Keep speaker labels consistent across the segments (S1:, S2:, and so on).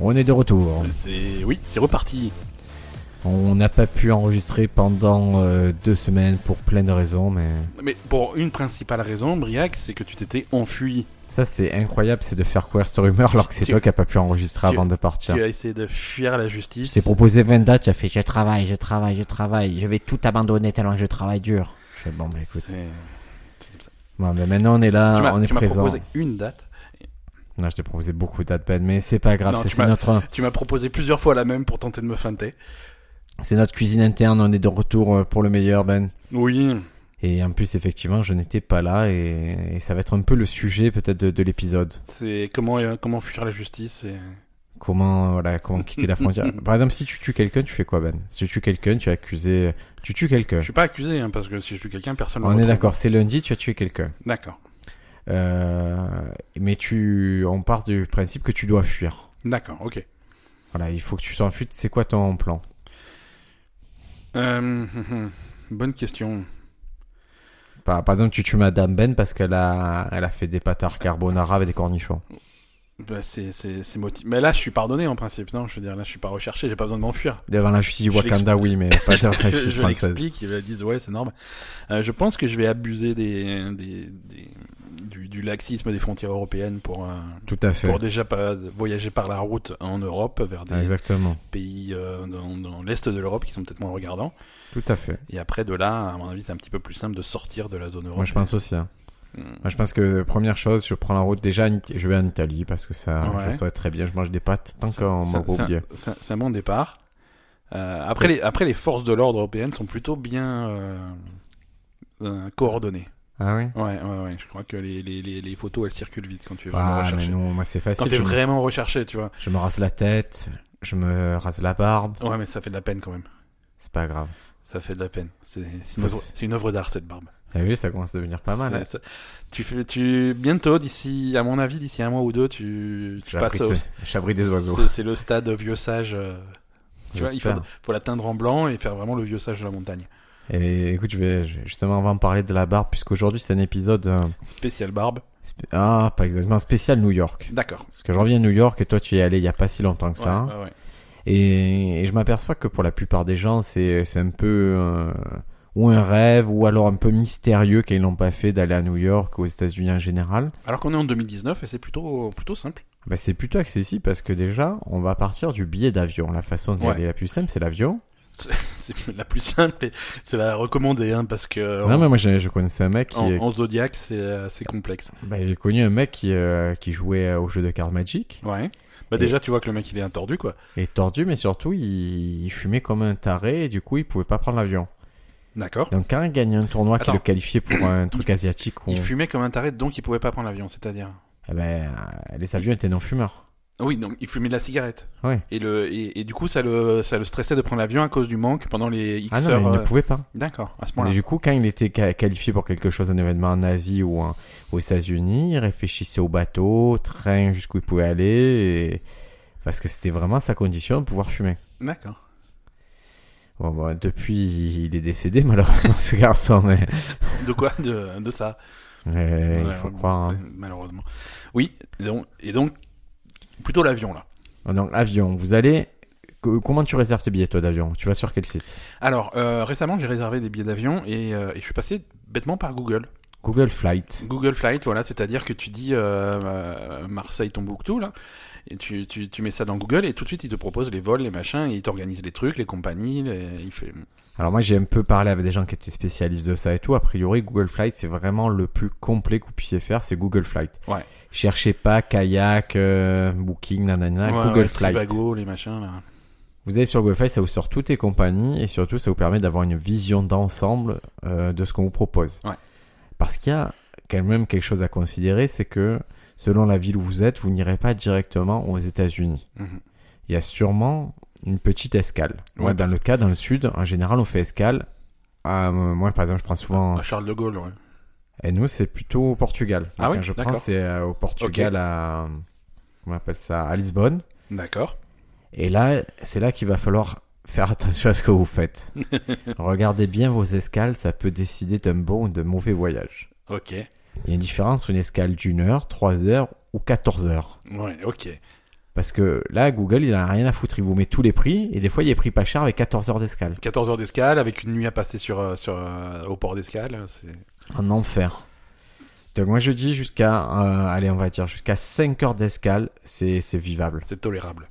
S1: On est de retour.
S2: C'est oui, c'est reparti.
S1: On n'a pas pu enregistrer pendant euh, deux semaines pour plein de raisons, mais
S2: Mais pour une principale raison, Briac, c'est que tu t'étais enfui.
S1: ça c'est incroyable, c'est de faire courir cette rumeur alors que c'est
S2: Tu-
S1: toi qui n'as pas pu enregistrer
S2: tu-
S1: avant de partir.
S2: Tu as essayé de fuir la justice.
S1: Je t'ai proposé 20 dates, tu as fait je travaille, je travaille, je travaille, je vais tout abandonner tellement que je travaille dur. Je fais, bon, bah écoute.
S2: C'est-
S1: Bon, mais maintenant on est
S2: tu
S1: là,
S2: m'as-
S1: on est
S2: tu m'as
S1: présent.
S2: proposé une date.
S1: Non, je t'ai proposé beaucoup de dates, Ben, mais c'est pas grave,
S2: Non,
S1: c'est
S2: tu
S1: c'est
S2: m'as-
S1: notre,
S2: Tu m'as proposé plusieurs fois la même pour tenter de me feinter.
S1: c'est notre cuisine interne, on est de retour euh, pour le meilleur, Ben.
S2: Oui.
S1: Et en plus, effectivement, je n'étais pas là et, et ça va être un peu le sujet peut-être de, de l'épisode.
S2: C'est comment euh, comment fuir la justice et...
S1: Comment, euh, voilà, comment quitter la frontière. Par exemple, si tu tues quelqu'un, tu fais quoi, Ben Si tu tues quelqu'un, tu es accusé. euh, Tu tues quelqu'un.
S2: Je suis pas accusé hein, parce que si je suis quelqu'un, personne. le
S1: On est
S2: retrouve.
S1: d'accord, c'est lundi, tu as tué quelqu'un.
S2: D'accord.
S1: Euh, mais tu, on part du principe que tu dois fuir.
S2: D'accord. Ok.
S1: Voilà, il faut que tu sois en fuite. C'est quoi ton plan
S2: Euh, hum, hum. bonne question.
S1: par, par exemple, tu tues Madame Ben parce qu'elle a, elle a fait des pâtards carbonara avec des cornichons.
S2: Bah, c'est c'est c'est motiv- Mais là, je suis pardonné en principe. Non, je veux dire, là, je suis pas recherché. J'ai pas besoin de m'enfuir.
S1: Devant la justice du
S2: Je
S1: Wakanda, oui, mais pas devant la
S2: je
S1: justice
S2: je
S1: française.
S2: l'explique, ils me disent ouais c'est normal. Euh, je pense que je vais abuser des, des, des- du, du laxisme des frontières européennes pour, euh,
S1: Tout à fait.
S2: pour déjà pas voyager par la route en Europe vers
S1: Ah,
S2: des
S1: Exactement.
S2: pays euh, dans, dans l'est de l'Europe qui sont peut-être moins regardants.
S1: Tout à fait.
S2: Et après de là, à mon avis, c'est un petit peu plus simple de sortir de la zone
S1: Moi, je
S2: européenne. Hum.
S1: pense aussi. hein. Moi, je pense que première chose, je prends la route déjà, en Ita- je vais en Italie parce que ça,
S2: Ouais.
S1: je saurais très bien. Je mange des pâtes tant
S2: C'est-
S1: qu'on
S2: c'est-
S1: m'a
S2: c'est un-
S1: oublié.
S2: C'est un- c'est un bon départ. Euh, après, les, après, les forces de l'ordre européennes sont plutôt bien euh, euh, coordonnées.
S1: Ah oui.
S2: Ouais, ouais, ouais. Je crois que les, les, les, les photos, elles circulent vite quand tu es vraiment
S1: Ah mais
S2: recherché.
S1: non, moi c'est
S2: Quand
S1: facile.
S2: t'es
S1: Je, me-
S2: vraiment recherché, tu vois.
S1: je me rase la tête, je me rase la barbe.
S2: Ouais, mais ça fait de la peine quand même.
S1: C'est pas grave.
S2: Ça fait de la peine. C'est c'est
S1: Faut
S2: une, œuvre-
S1: se-
S2: c'est une œuvre d'art, cette barbe.
S1: T'as vu, ça commence à devenir pas mal.
S2: C'est-
S1: hein.
S2: ça- tu fais, tu, bientôt, d'ici, à mon avis, d'ici un mois ou deux, tu, tu passes
S1: J'abrite,
S2: au.
S1: j'abrite des oiseaux.
S2: c'est- C'est le stade vieux sage. euh, tu vois, il faut,
S1: j'espère.
S2: faut l'atteindre en blanc et faire vraiment le vieux sage de la montagne.
S1: Et écoute, je vais je- justement on va en parler de la barbe puisqu'aujourd'hui c'est un épisode euh,
S2: Spécial barbe.
S1: spé- ah pas exactement spécial New York.
S2: D'accord.
S1: Parce que je reviens à New York et toi tu y es allé il y a pas si longtemps que
S2: Ouais,
S1: ça. hein.
S2: ouais, ouais.
S1: Et, et je m'aperçois que pour la plupart des gens, c'est c'est un peu euh, ou un rêve ou alors un peu mystérieux qu'ils n'ont pas fait d'aller à New York ou aux États-Unis en général.
S2: Alors qu'on est en 2019 et c'est plutôt, plutôt simple.
S1: Bah, c'est plutôt accessible parce que déjà, on va partir du billet d'avion. La façon d'y
S2: Ouais.
S1: aller la plus simple, c'est l'avion.
S2: C'est la plus simple et c'est la recommandée, hein, parce que.
S1: Non,
S2: en-
S1: mais moi, je, je connaissais un mec qui.
S2: En, en Zodiac, c'est euh, c'est complexe.
S1: bah, J'ai connu un mec qui, euh, qui jouait euh, au jeu de cartes Magic.
S2: Ouais.
S1: Et-
S2: Bah déjà, tu vois que le mec, il est un tordu, quoi.
S1: Et tordu, mais surtout, il, il fumait comme un taré et du coup, il pouvait pas prendre l'avion.
S2: D'accord.
S1: Donc, quand il gagnait un tournoi qui
S2: Attends.
S1: le qualifiait pour un truc asiatique, où
S2: Il fumait comme un taré, donc il pouvait pas prendre l'avion, c'est-à-dire.
S1: eh ben, euh, les avions étaient non-fumeurs.
S2: Ah Oui, donc il fumait de la cigarette.
S1: Ouais.
S2: Et, le, et, et du coup, ça le, ça le stressait de prendre l'avion à cause du manque pendant les X
S1: Ah non, mais
S2: heures.
S1: il ne
S2: euh,
S1: pouvait pas.
S2: D'accord, à ce
S1: Et
S2: moment-là.
S1: du coup, quand il était ca- qualifié pour quelque chose, un événement en Asie ou en- aux États-Unis, il réfléchissait au bateau, au train, jusqu'où il pouvait aller, et- parce que c'était vraiment sa condition de pouvoir fumer.
S2: D'accord.
S1: Bon, bon, depuis, il est décédé, malheureusement, ce garçon, mais,
S2: De quoi de, de ça.
S1: mais Eh, il
S2: Ouais,
S1: faut
S2: on-
S1: croire. hein.
S2: Malheureusement. Oui, et donc, et donc plutôt l'avion, là.
S1: hein. Donc, avion, vous allez. co- Comment tu réserves tes billets, toi, d'avion Tu vas sur quel site
S2: Alors, euh, récemment, j'ai réservé des billets d'avion et, euh, et je suis passé bêtement par Google.
S1: Google Flight.
S2: Google Flight, voilà, c'est-à-dire que tu dis euh, euh, Marseille-Tombouctou, là, et tu, tu, tu mets ça dans Google, et tout de suite, il te propose les vols, les machins, et il t'organise les trucs, les compagnies, les- il fait...
S1: Alors, moi, j'ai un peu parlé avec des gens qui étaient spécialistes de ça et tout. A priori, Google Flight, c'est vraiment le plus complet que vous puissiez faire, c'est Google Flight.
S2: Ouais.
S1: Cherchez pas kayak, euh, booking, nanana,
S2: Ouais,
S1: Google
S2: ouais,
S1: Flight.
S2: Trivago, les machins, là.
S1: Vous allez sur Google Flight, ça vous sort toutes les compagnies et surtout ça vous permet d'avoir une vision d'ensemble euh, de ce qu'on vous propose.
S2: Ouais.
S1: Parce qu'il y a quand même quelque chose à considérer, c'est que selon la ville où vous êtes, vous n'irez pas directement aux États-Unis.
S2: Mhm.
S1: Il y a sûrement une petite escale. Moi,
S2: Ouais,
S1: dans
S2: parce-
S1: le cas, dans le sud, en général, on fait escale. à- moi, par exemple, je prends souvent
S2: À Charles de Gaulle, Ah, ouais.
S1: et nous, c'est plutôt au Portugal.
S2: Ah
S1: Donc,
S2: oui,
S1: Je prends,
S2: d'accord.
S1: c'est euh, au Portugal, à, comment on appelle ça, à Lisbonne.
S2: D'accord.
S1: Et là, c'est là qu'il va falloir faire attention à ce que vous faites. Regardez bien vos escales, ça peut décider d'un bon ou d'un mauvais voyage.
S2: Ok.
S1: Il y a une différence entre une escale d'une heure, trois heures ou quatorze heures.
S2: Ouais, ok.
S1: Parce que là, Google, il n'en a rien à foutre. Il vous met tous les prix et des fois, il est pris pas cher avec 14 heures d'escale.
S2: 14 heures d'escale, avec une nuit à passer sur, euh, sur, euh, au port d'escale. c'est-
S1: Un enfer. Donc moi, je dis jusqu'à, euh, allez, on va dire jusqu'à 5 heures d'escale, c'est c'est vivable.
S2: C'est tolérable.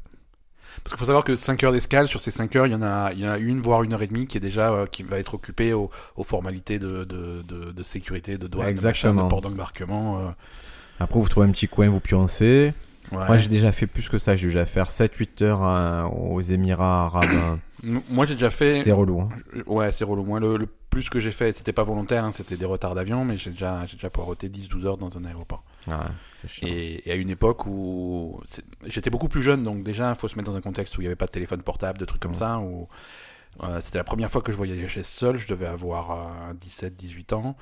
S2: Parce qu'il faut savoir que 5 heures d'escale, sur ces 5 heures, il y, en a, il y en a une, voire une heure et demie qui est déjà euh, qui va être occupée aux, aux formalités de, de, de, de sécurité, de douane, de machin,
S1: Exactement.
S2: de port d'embarquement.
S1: Après, vous trouvez un petit coin, vous pioncez.
S2: euh, ouais.
S1: Moi, j'ai déjà fait plus que ça. J'ai déjà fait 7-8 heures hein, aux Émirats arabes. hein.
S2: M- Moi, j'ai déjà fait.
S1: C'est relou. hein.
S2: Ouais, c'est relou. Moi, le, le plus que j'ai fait, c'était pas volontaire, hein, c'était des retards d'avion, mais j'ai déjà, j'ai déjà poireauté 10-12 heures dans un aéroport.
S1: Ouais, c'est chiant.
S2: Et, et à une époque où c'est- j'étais beaucoup plus jeune, donc déjà, il faut se mettre dans un contexte où il n'y avait pas de téléphone portable, de trucs comme
S1: Ouais.
S2: ça. Où, euh, c'était la première fois que je voyageais seul, je devais avoir 17-18 ans.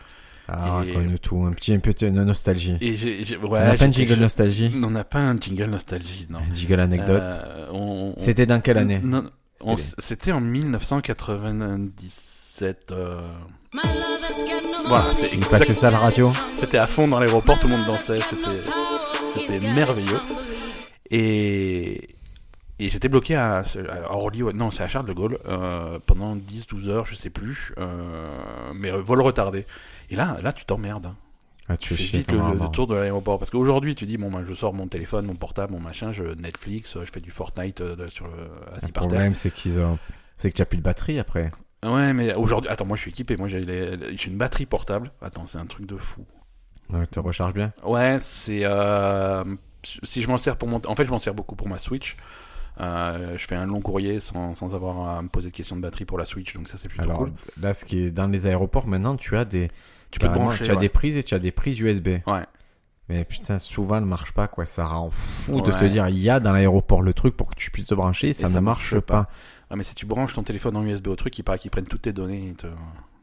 S1: Ah,
S2: et-
S1: comme tout. Un petit, un petit une nostalgie.
S2: Et j'ai, j'ai- ouais,
S1: on n'a pas une
S2: j'étais
S1: jingle
S2: jeune.
S1: nostalgie.
S2: On n'a pas un jingle nostalgie, non.
S1: Une Jingle anecdote.
S2: Euh, on- Mm, on-
S1: C'était dans quelle année
S2: Non, on-
S1: C'était-
S2: C'était en 1997. euh,
S3: Voilà, c'est
S1: Il passait ça à la radio
S3: C'était à fond dans l'aéroport, tout le monde dansait, c'était c'était merveilleux.
S2: Et, et j'étais bloqué à, à Orly, ouais, non, c'est à Charles de Gaulle, euh, pendant 10-12 heures, je sais plus, euh, mais euh, vol retardé. Et là, là tu t'emmerdes. hein.
S1: Ah,
S2: Tu
S1: tu
S2: fais
S1: chies
S2: vite
S1: comme
S2: le,
S1: un
S2: le
S1: bord.
S2: tour de l'aéroport. Parce qu'aujourd'hui, tu dis, bon, ben, je sors mon téléphone, mon portable, mon machin, je Netflix, je fais du Fortnite euh, de- sur le, assis
S1: Le
S2: par terre.
S1: problème, c'est qu'ils ont. C'est que tu n'as plus de batterie après.
S2: Ouais, mais aujourd'hui, attends, moi je suis équipé, moi j'ai les- j'ai une batterie portable. Attends, c'est un truc de fou.
S1: Ouais, te recharge bien.
S2: Ouais, c'est. euh, Si je m'en sers pour mon. En fait, je m'en sers beaucoup pour ma Switch. Euh, je fais un long courrier sans, sans avoir à me poser de questions de batterie pour la Switch, donc ça c'est plutôt
S1: Alors
S2: cool.
S1: là, ce qui est dans les aéroports maintenant, tu as des.
S2: Tu peux te
S1: carrément,
S2: brancher.
S1: Tu as
S2: ouais.
S1: des prises et tu as des prises USB.
S2: Ouais.
S1: Mais putain, souvent, elles ne marchent pas, quoi. Ça rend fou de te
S2: Ouais.
S1: dire, il y a dans l'aéroport le truc pour que tu puisses te brancher et ça, ne
S2: ça
S1: marche
S2: marche
S1: pas.
S2: Ah, mais si tu branches ton téléphone en USB au truc, il paraît qu'ils prennent toutes tes données. ils te-
S1: Ouais,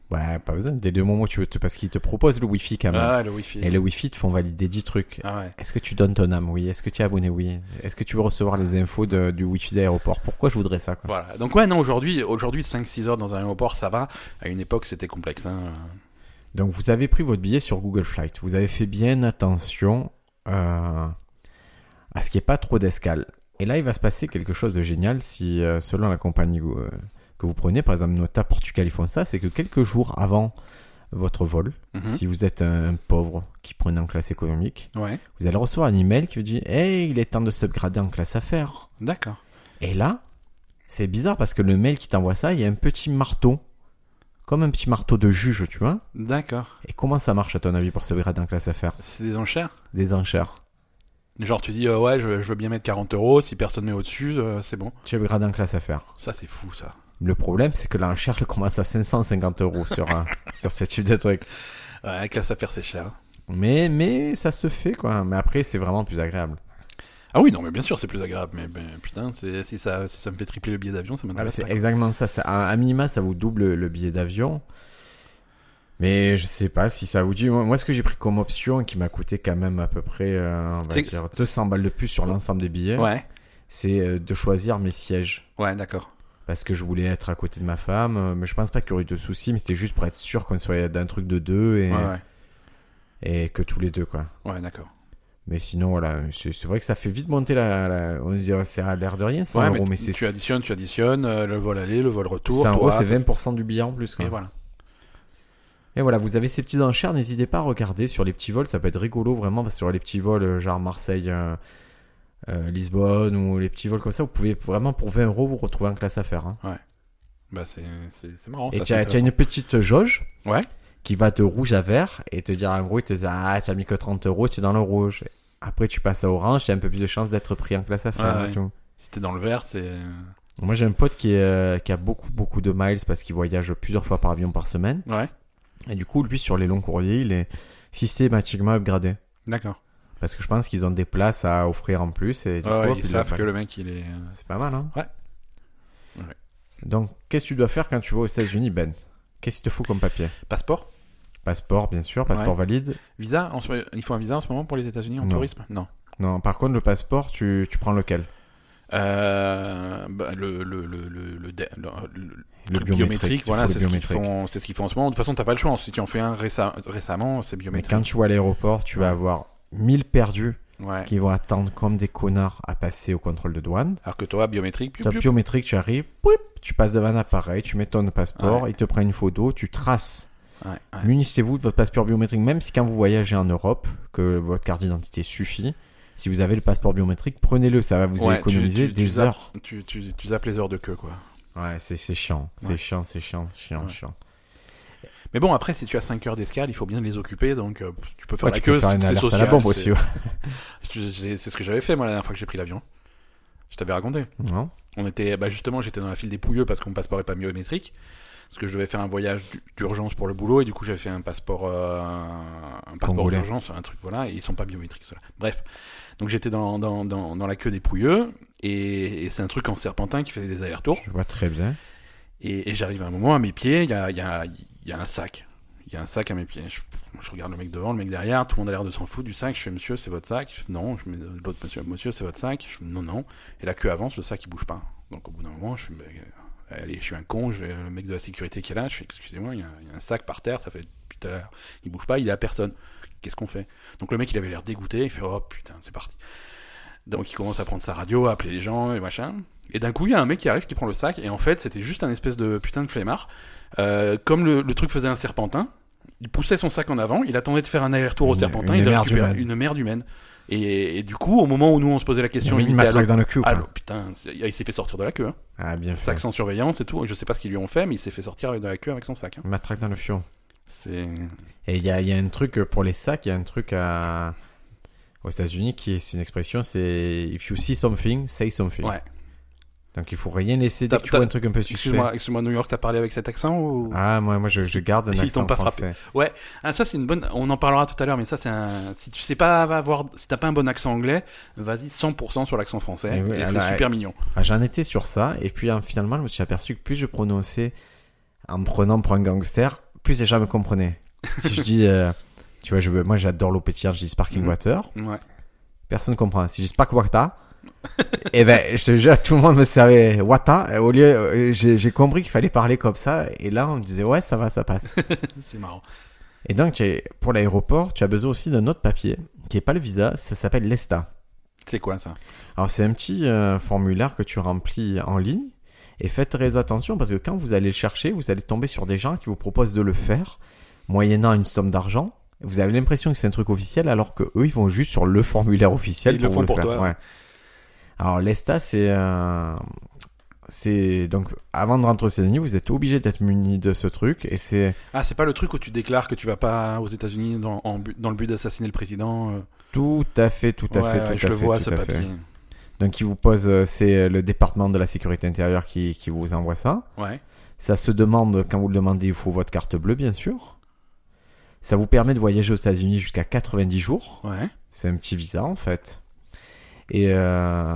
S1: Bah, pas besoin. Dès le moment où tu veux te. Parce qu'ils te proposent le Wi-Fi quand même.
S2: Ah, le Wi-Fi.
S1: Et le Wi-Fi te font valider 10 trucs.
S2: Ah ouais.
S1: Est-ce que tu donnes ton âme Oui. Est-ce que tu es abonné Oui. Est-ce que tu veux recevoir les infos de- du Wi-Fi d'aéroport Pourquoi je voudrais ça, quoi
S2: Voilà. Donc ouais, non, aujourd'hui, aujourd'hui 5-6 heures dans un aéroport, ça va. À une époque, c'était complexe. Hein.
S1: Donc, vous avez pris votre billet sur Google Flight. Vous avez fait bien attention euh, à ce qu'il n'y ait pas trop d'escale. Et là, il va se passer quelque chose de génial si, euh, selon la compagnie euh, que vous prenez, par exemple, Nota Portugal, ils font ça, c'est que quelques jours avant votre vol,
S2: Mhm.
S1: si vous êtes un, un pauvre qui prenait en classe économique,
S2: Ouais.
S1: vous allez recevoir un email qui vous dit Hey, il est temps de subgrader en classe affaires.
S2: D'accord.
S1: Et là, c'est bizarre parce que le mail qui t'envoie ça, il y a un petit marteau. Comme un petit marteau de juge, tu vois.
S2: D'accord.
S1: Et comment ça marche, à ton avis, pour se grader en classe affaires
S2: C'est des enchères.
S1: Des enchères.
S2: Genre tu dis euh, ouais, je, je veux bien mettre 40 euros. Si personne n'est au-dessus, euh, c'est bon.
S1: Tu es gradé en classe affaires.
S2: Ça c'est fou ça.
S1: Le problème, c'est que l'enchère elle commence à 550 euros sur, un- sur ce type de truc.
S2: Ouais, classe affaires c'est cher.
S1: Mais, mais ça se fait, quoi. Mais après, c'est vraiment plus agréable.
S2: Ah oui, non, mais bien sûr, c'est plus agréable. Mais ben, putain, c'est- si ça, si ça me fait tripler le billet d'avion, ça
S1: Ah, mais
S2: m'intéresse.
S1: c'est
S2: pas.
S1: exactement ça. ça. À, à minima, ça vous double le billet d'avion. Mais je sais pas si ça vous dit. Moi, moi, ce que j'ai pris comme option, qui m'a coûté quand même à peu près euh, on va
S2: C'est-
S1: dire 200 balles de plus sur l'ensemble des billets,
S2: Ouais,
S1: c'est euh, de choisir mes sièges.
S2: ouais, d'accord.
S1: Parce que je voulais être à côté de ma femme. euh, Mais je pense pas qu'il y aurait eu de soucis. Mais c'était juste pour être sûr qu'on soit d'un truc de deux et,
S2: Ouais, ouais,
S1: et que tous les deux, quoi.
S2: ouais, d'accord.
S1: Mais sinon, voilà, c'est c'est vrai que ça fait vite monter la. la- on se dit, c'est à l'air de rien, 100
S2: Ouais,
S1: euros.
S2: mais
S1: Mais
S2: tu
S1: c'est.
S2: tu additionnes, tu additionnes euh, le vol aller, le vol retour.
S1: 100 euros,
S2: toi,
S1: c'est
S2: toi-
S1: 20% du billet en plus, quoi.
S2: Et voilà.
S1: Et voilà, vous avez ces petits enchères, n'hésitez pas à regarder sur les petits vols, ça peut être rigolo vraiment, parce que sur les petits vols euh, genre Marseille, euh, euh, Lisbonne ou les petits vols comme ça, vous pouvez vraiment pour 20 euros vous retrouver en classe affaires. hein.
S2: Bah, c'est c'est- c'est marrant.
S1: Et
S2: Oh, ça,
S1: tu
S2: c'est
S1: as, tu as une
S2: intéressant.
S1: petite jauge
S2: Ouais.
S1: qui va de rouge à vert et te dire en gros, il te dit ah, tu as mis que 30 euros, tu es dans le rouge. Après, tu passes à orange, tu as un peu plus de chances d'être pris en classe affaires.
S2: Ah, Ouais,
S1: et
S2: ouais.
S1: tout.
S2: Si t'es dans le vert, c'est. euh,
S1: Moi, j'ai un pote qui, est, euh, qui a beaucoup, beaucoup de miles parce qu'il voyage plusieurs fois par avion par semaine.
S2: Ouais,
S1: Et du coup, lui, sur les longs courriers, il est systématiquement upgradé.
S2: d'accord.
S1: Parce que je pense qu'ils ont des places à offrir en plus. Et du
S2: Ah Ouais,
S1: coup,
S2: ouais,
S1: hop,
S2: ils
S1: ils
S2: savent
S1: appellent.
S2: que le mec, il est. euh,
S1: C'est pas mal, hein
S2: Ouais. Ouais.
S1: Donc, qu'est-ce que tu dois faire quand tu vas aux États-Unis, Ben Qu'est-ce qu'il te faut comme papier
S2: Passeport
S1: Passeport, bien sûr, passeport
S2: Ouais.
S1: valide.
S2: Visa en ce- Il faut un visa en ce moment pour les États-Unis en
S1: Non.
S2: tourisme Non.
S1: Non, par contre, le passeport, tu, tu prends lequel
S2: Euh, bah, le, le, le, le, le, dé- le- le-
S1: Le
S2: truc
S1: biométrique,
S2: biométrique,
S1: il
S2: voilà,
S1: faut le
S2: c'est ce qu'ils
S1: biométrique.
S2: font, c'est ce qu'ils font en ce moment. De toute façon, t'as pas le choix. Si tu en fais un récem- récemment, c'est
S1: Mais
S2: biométrique.
S1: quand tu vas à l'aéroport, tu vas
S2: Ouais.
S1: avoir 1000 perdus
S2: Ouais.
S1: qui vont attendre comme des connards à passer au contrôle de douane.
S2: Alors que toi, biométrique, piou,
S1: T'as
S2: piou.
S1: biométrique, tu arrives, pouip, tu passes devant un appareil, tu mets ton passeport,
S2: Ouais.
S1: il te prend une photo, tu traces.
S2: Ouais, ouais.
S1: Munissez-vous de votre passeport biométrique, même si quand vous voyagez en Europe, que votre carte d'identité suffit. Si vous avez le passeport biométrique, prenez-le, ça va vous
S2: Ouais,
S1: économiser
S2: tu- tu- tu
S1: des
S2: zappes-
S1: heures.
S2: Tu, tu, tu zappes les heures de queue, quoi.
S1: Ouais, c'est c'est chiant, c'est
S2: Ouais.
S1: chiant, c'est chiant, chiant,
S2: Ouais.
S1: chiant.
S2: Mais bon, après, si tu as 5 heures d'escale, il faut bien les occuper, donc euh, tu peux faire
S1: Ouais,
S2: la
S1: tu
S2: queue,
S1: peux faire une
S2: c'est
S1: alerte à
S2: social.
S1: la bombe
S2: c'est-
S1: aussi, ouais.
S2: Je- j'ai- C'est ce que j'avais fait moi la dernière fois que j'ai pris l'avion. Je t'avais raconté.
S1: non
S2: On était, bah justement, j'étais dans la file des pouilleux parce que mon passeport est pas biométrique. Parce que je devais faire un voyage d'u- d'urgence pour le boulot et du coup j'avais fait un passeport, euh, un passeport
S1: Congolais.
S2: d'urgence, un truc voilà. Et ils sont pas biométriques ceux-là. Bref, donc j'étais dans, dans, dans, dans la queue des pouilleux et, et c'est un truc en serpentin qui faisait des allers-retours.
S1: Je vois très bien.
S2: Et, et j'arrive à un moment à mes pieds, il y a, il y, a, il y a un sac. Il y a un sac à mes pieds. Je, je regarde le mec devant, le mec derrière, tout le monde a l'air de s'en foutre du sac. Je fais monsieur, c'est votre sac. Je fais, non, je mets l'autre monsieur, monsieur, c'est votre sac. Je fais, non, non. Et la queue avance, le sac il bouge pas. Donc au bout d'un moment, je fais, mais, euh, allez, je suis un con. Je vais- le mec de la sécurité qui est là, je fais, excusez-moi, il y, a, il y a un sac par terre, ça fait depuis tout à l'heure. Il bouge pas, il est à personne. Qu'est-ce qu'on fait Donc le mec il avait l'air dégoûté, il fait, oh putain, c'est parti. Donc il commence à prendre sa radio, à appeler les gens et machin. Et d'un coup, il y a un mec qui arrive, qui prend le sac, et en fait, c'était juste un espèce de putain de flemmard. Euh, comme le, le truc faisait un serpentin, il poussait son sac en avant, il attendait de faire un aller-retour au
S1: Une-
S2: serpentin,
S1: une
S2: il
S1: merde
S2: récupère
S1: humaine.
S2: une merde humaine. Et, et du coup, au moment où nous on se posait la
S1: Il y
S2: question,
S1: a une
S2: était à
S1: matraque dans le cul.
S2: l'hôp-
S1: quoi.
S2: à l'hôp- putain, c'est- il s'est fait sortir de la queue. Hein.
S1: Ah, bien fait.
S2: Sac sans surveillance et tout. Je sais pas ce qu'ils lui ont fait, mais il s'est fait sortir de la queue avec son sac. hein.
S1: Matraque dans le fion.
S2: C'est
S1: Et il y a, il y a un truc euh, pour les sacs, il y a un truc à... aux États-Unis qui est c'est une expression, c'est if you see something, say something.
S2: ouais.
S1: Donc il faut rien laisser dès
S2: T'as-
S1: que tu
S2: t'as-
S1: vois un truc un peu suspect.
S2: Excuse-moi, excuse-moi, New York, t'as parlé avec cet accent ou
S1: Ah moi moi je, je garde un
S2: Ils
S1: accent
S2: t'ont pas
S1: français.
S2: Ah, ça, c'est une bonne. On en parlera tout à l'heure, mais ça, c'est un. Si tu sais pas avoir. Si t'as pas un bon accent anglais, vas-y 100% sur l'accent français.
S1: Eh oui,
S2: et
S1: alors,
S2: c'est super mignon.
S1: Ah, J'en étais sur ça et puis hein, finalement je me suis aperçu que plus je prononçais en me prenant pour un gangster, plus les gens me comprenaient. si je dis euh, tu vois je moi j'adore l'eau pétillante, je dis sparkling
S2: Mhm.
S1: water,
S2: Ouais.
S1: personne comprend. Si je dis spark water et ben, je te jure, tout le monde me servait Wata. Et Au lieu, euh, j'ai j'ai compris qu'il fallait parler comme ça. Et là, on me disait, ouais, ça va, ça passe.
S2: C'est marrant.
S1: Et donc, tu es- pour l'aéroport, tu as besoin aussi d'un autre papier qui est pas le visa, ça s'appelle l'ESTA.
S2: C'est quoi ça
S1: Alors, c'est un petit euh, formulaire que tu remplis en ligne. Et faites très attention parce que quand vous allez le chercher, vous allez tomber sur des gens qui vous proposent de le faire, moyennant une somme d'argent. Vous avez l'impression que c'est un truc officiel alors que eux, ils vont juste sur le formulaire officiel
S2: Ils
S1: pour
S2: le
S1: vous
S2: font pour
S1: faire.
S2: toi, ouais.
S1: Ouais. Alors, l'ESTA, c'est un- C'est donc avant de rentrer aux États-Unis, vous êtes obligé d'être muni de ce truc et c'est
S2: Ah, c'est pas le truc où tu déclares que tu vas pas aux États-Unis dans, en but- dans le but d'assassiner le président. euh.
S1: tout à fait, tout à
S2: Ouais,
S1: fait,
S2: ouais,
S1: tout à
S2: je le
S1: fait,
S2: vois
S1: tout
S2: ce
S1: à fait.
S2: papier.
S1: Donc il vous pose, euh, c'est le département de la sécurité intérieure qui, qui vous envoie ça.
S2: Ouais.
S1: Ça se demande, quand vous le demandez, il faut votre carte bleue, bien sûr. Ça vous permet de voyager aux États-Unis jusqu'à 90 jours.
S2: Ouais.
S1: C'est un petit visa en fait. Et, euh,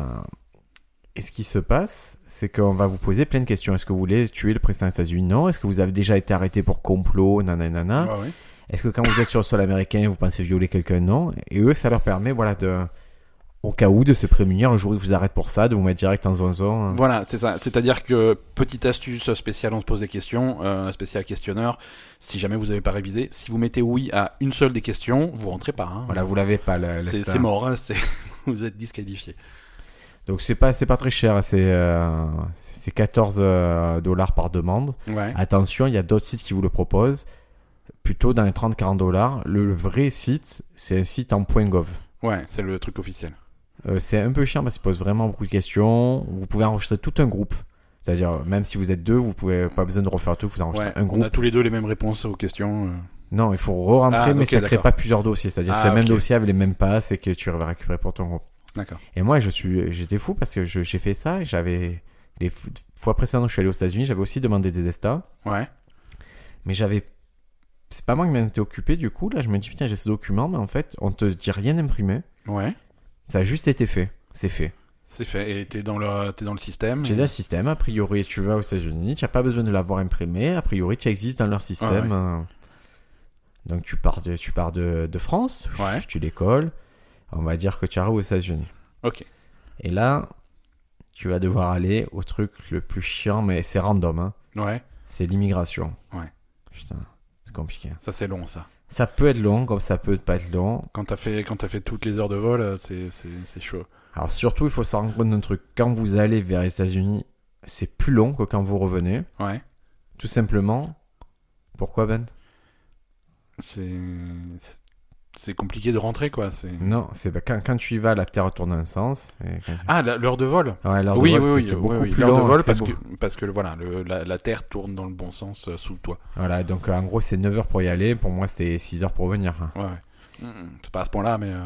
S1: et ce qui se passe, c'est qu'on va vous poser plein de questions. Est-ce que vous voulez tuer le président des États-Unis Non. Est-ce que vous avez déjà été arrêté pour complot Nanana.
S2: Ouais, ouais.
S1: Est-ce que quand vous êtes sur le sol américain, vous pensez violer quelqu'un Non. Et eux, ça leur permet, voilà, de, au cas où, de se prémunir le jour où ils vous arrêtent pour ça, de vous mettre direct en zone zone.
S2: Voilà, c'est ça. C'est-à-dire que, petite astuce spéciale, on se pose des questions, euh, spécial questionnaire, si jamais vous avez pas révisé, si vous mettez oui à une seule des questions, vous rentrez pas. hein.
S1: Voilà, vous l'avez pas, la, la
S2: C'est
S1: star.
S2: c'est mort, hein, c'est- vous êtes disqualifié.
S1: Donc c'est pas, c'est pas très cher, c'est, euh, c'est 14 euh, dollars par demande.
S2: Ouais.
S1: Attention, il y a d'autres sites qui vous le proposent, plutôt dans les 30-40 dollars. Le, le vrai site, c'est un site en point .gov.
S2: Ouais, c'est le truc officiel.
S1: Euh, c'est un peu chiant parce qu'il pose vraiment beaucoup de questions. Vous pouvez enregistrer tout un groupe. C'est-à-dire, même si vous êtes deux, vous pouvez pas besoin de refaire tout, vous enregistrez
S2: Ouais,
S1: un
S2: on
S1: groupe.
S2: a tous les deux les mêmes réponses aux questions. euh.
S1: Non, il faut re-rentrer,
S2: Ah,
S1: mais
S2: ok,
S1: ça crée
S2: d'accord.
S1: pas plusieurs dossiers. C'est-à-dire, c'est
S2: Ah,
S1: le même
S2: ok.
S1: dossier avec les mêmes passes et que tu vas récupérer pour ton groupe.
S2: D'accord.
S1: Et moi, je suis, j'étais fou parce que je- j'ai fait ça et j'avais, les f- fois précédentes où je suis allé aux États-Unis, j'avais aussi demandé des estats,
S2: Ouais.
S1: mais j'avais, c'est pas moi qui m'en étais occupé du coup. Là, je me dis, putain, j'ai ce document, mais en fait, on te dit rien imprimé.
S2: Ouais.
S1: Ça a juste été fait. C'est fait.
S2: C'est fait. Et t'es dans le, t'es dans le système.
S1: J'ai un système, a priori, tu vas aux États-Unis, tu n'as pas besoin de l'avoir imprimé, a priori, tu existes dans leur système.
S2: Ah
S1: euh. Donc tu pars de, tu pars de, de France,
S2: Ouais.
S1: tu décolles, on va dire que tu arrives aux États-Unis.
S2: Ok.
S1: Et là, tu vas devoir aller au truc le plus chiant, mais c'est random, hein.
S2: Ouais.
S1: c'est l'immigration.
S2: Ouais.
S1: Putain, c'est compliqué. hein.
S2: Ça c'est long ça.
S1: Ça peut être long comme ça peut pas être long.
S2: Quand t'as fait, quand t'as fait toutes les heures de vol, euh, c'est, c'est, c'est chaud.
S1: Alors surtout, il faut se rendre compte d'un truc. Quand vous allez vers les États-Unis, c'est plus long que quand vous revenez.
S2: Ouais.
S1: Tout simplement. Pourquoi Ben
S2: C'est, c'est compliqué de rentrer, quoi. C'est...
S1: Non, c'est bah, quand, quand tu y vas, la Terre tourne un sens. et quand tu-
S2: Ah, la- l'heure de vol
S1: Ouais, l'heure de
S2: Oui,
S1: vol,
S2: oui,
S1: c'est-
S2: oui,
S1: c'est
S2: oui,
S1: beaucoup
S2: oui,
S1: plus
S2: l'heure
S1: long.
S2: de vol
S1: c'est
S2: parce
S1: beau-
S2: que, parce que voilà, le- la, la Terre tourne dans le bon sens euh, sous toi.
S1: Voilà, donc euh, en gros, c'est 9 heures pour y aller. Pour moi, c'était 6 heures pour revenir. hein.
S2: Ouais, ouais. Mm, C'est pas à ce point-là, mais. euh,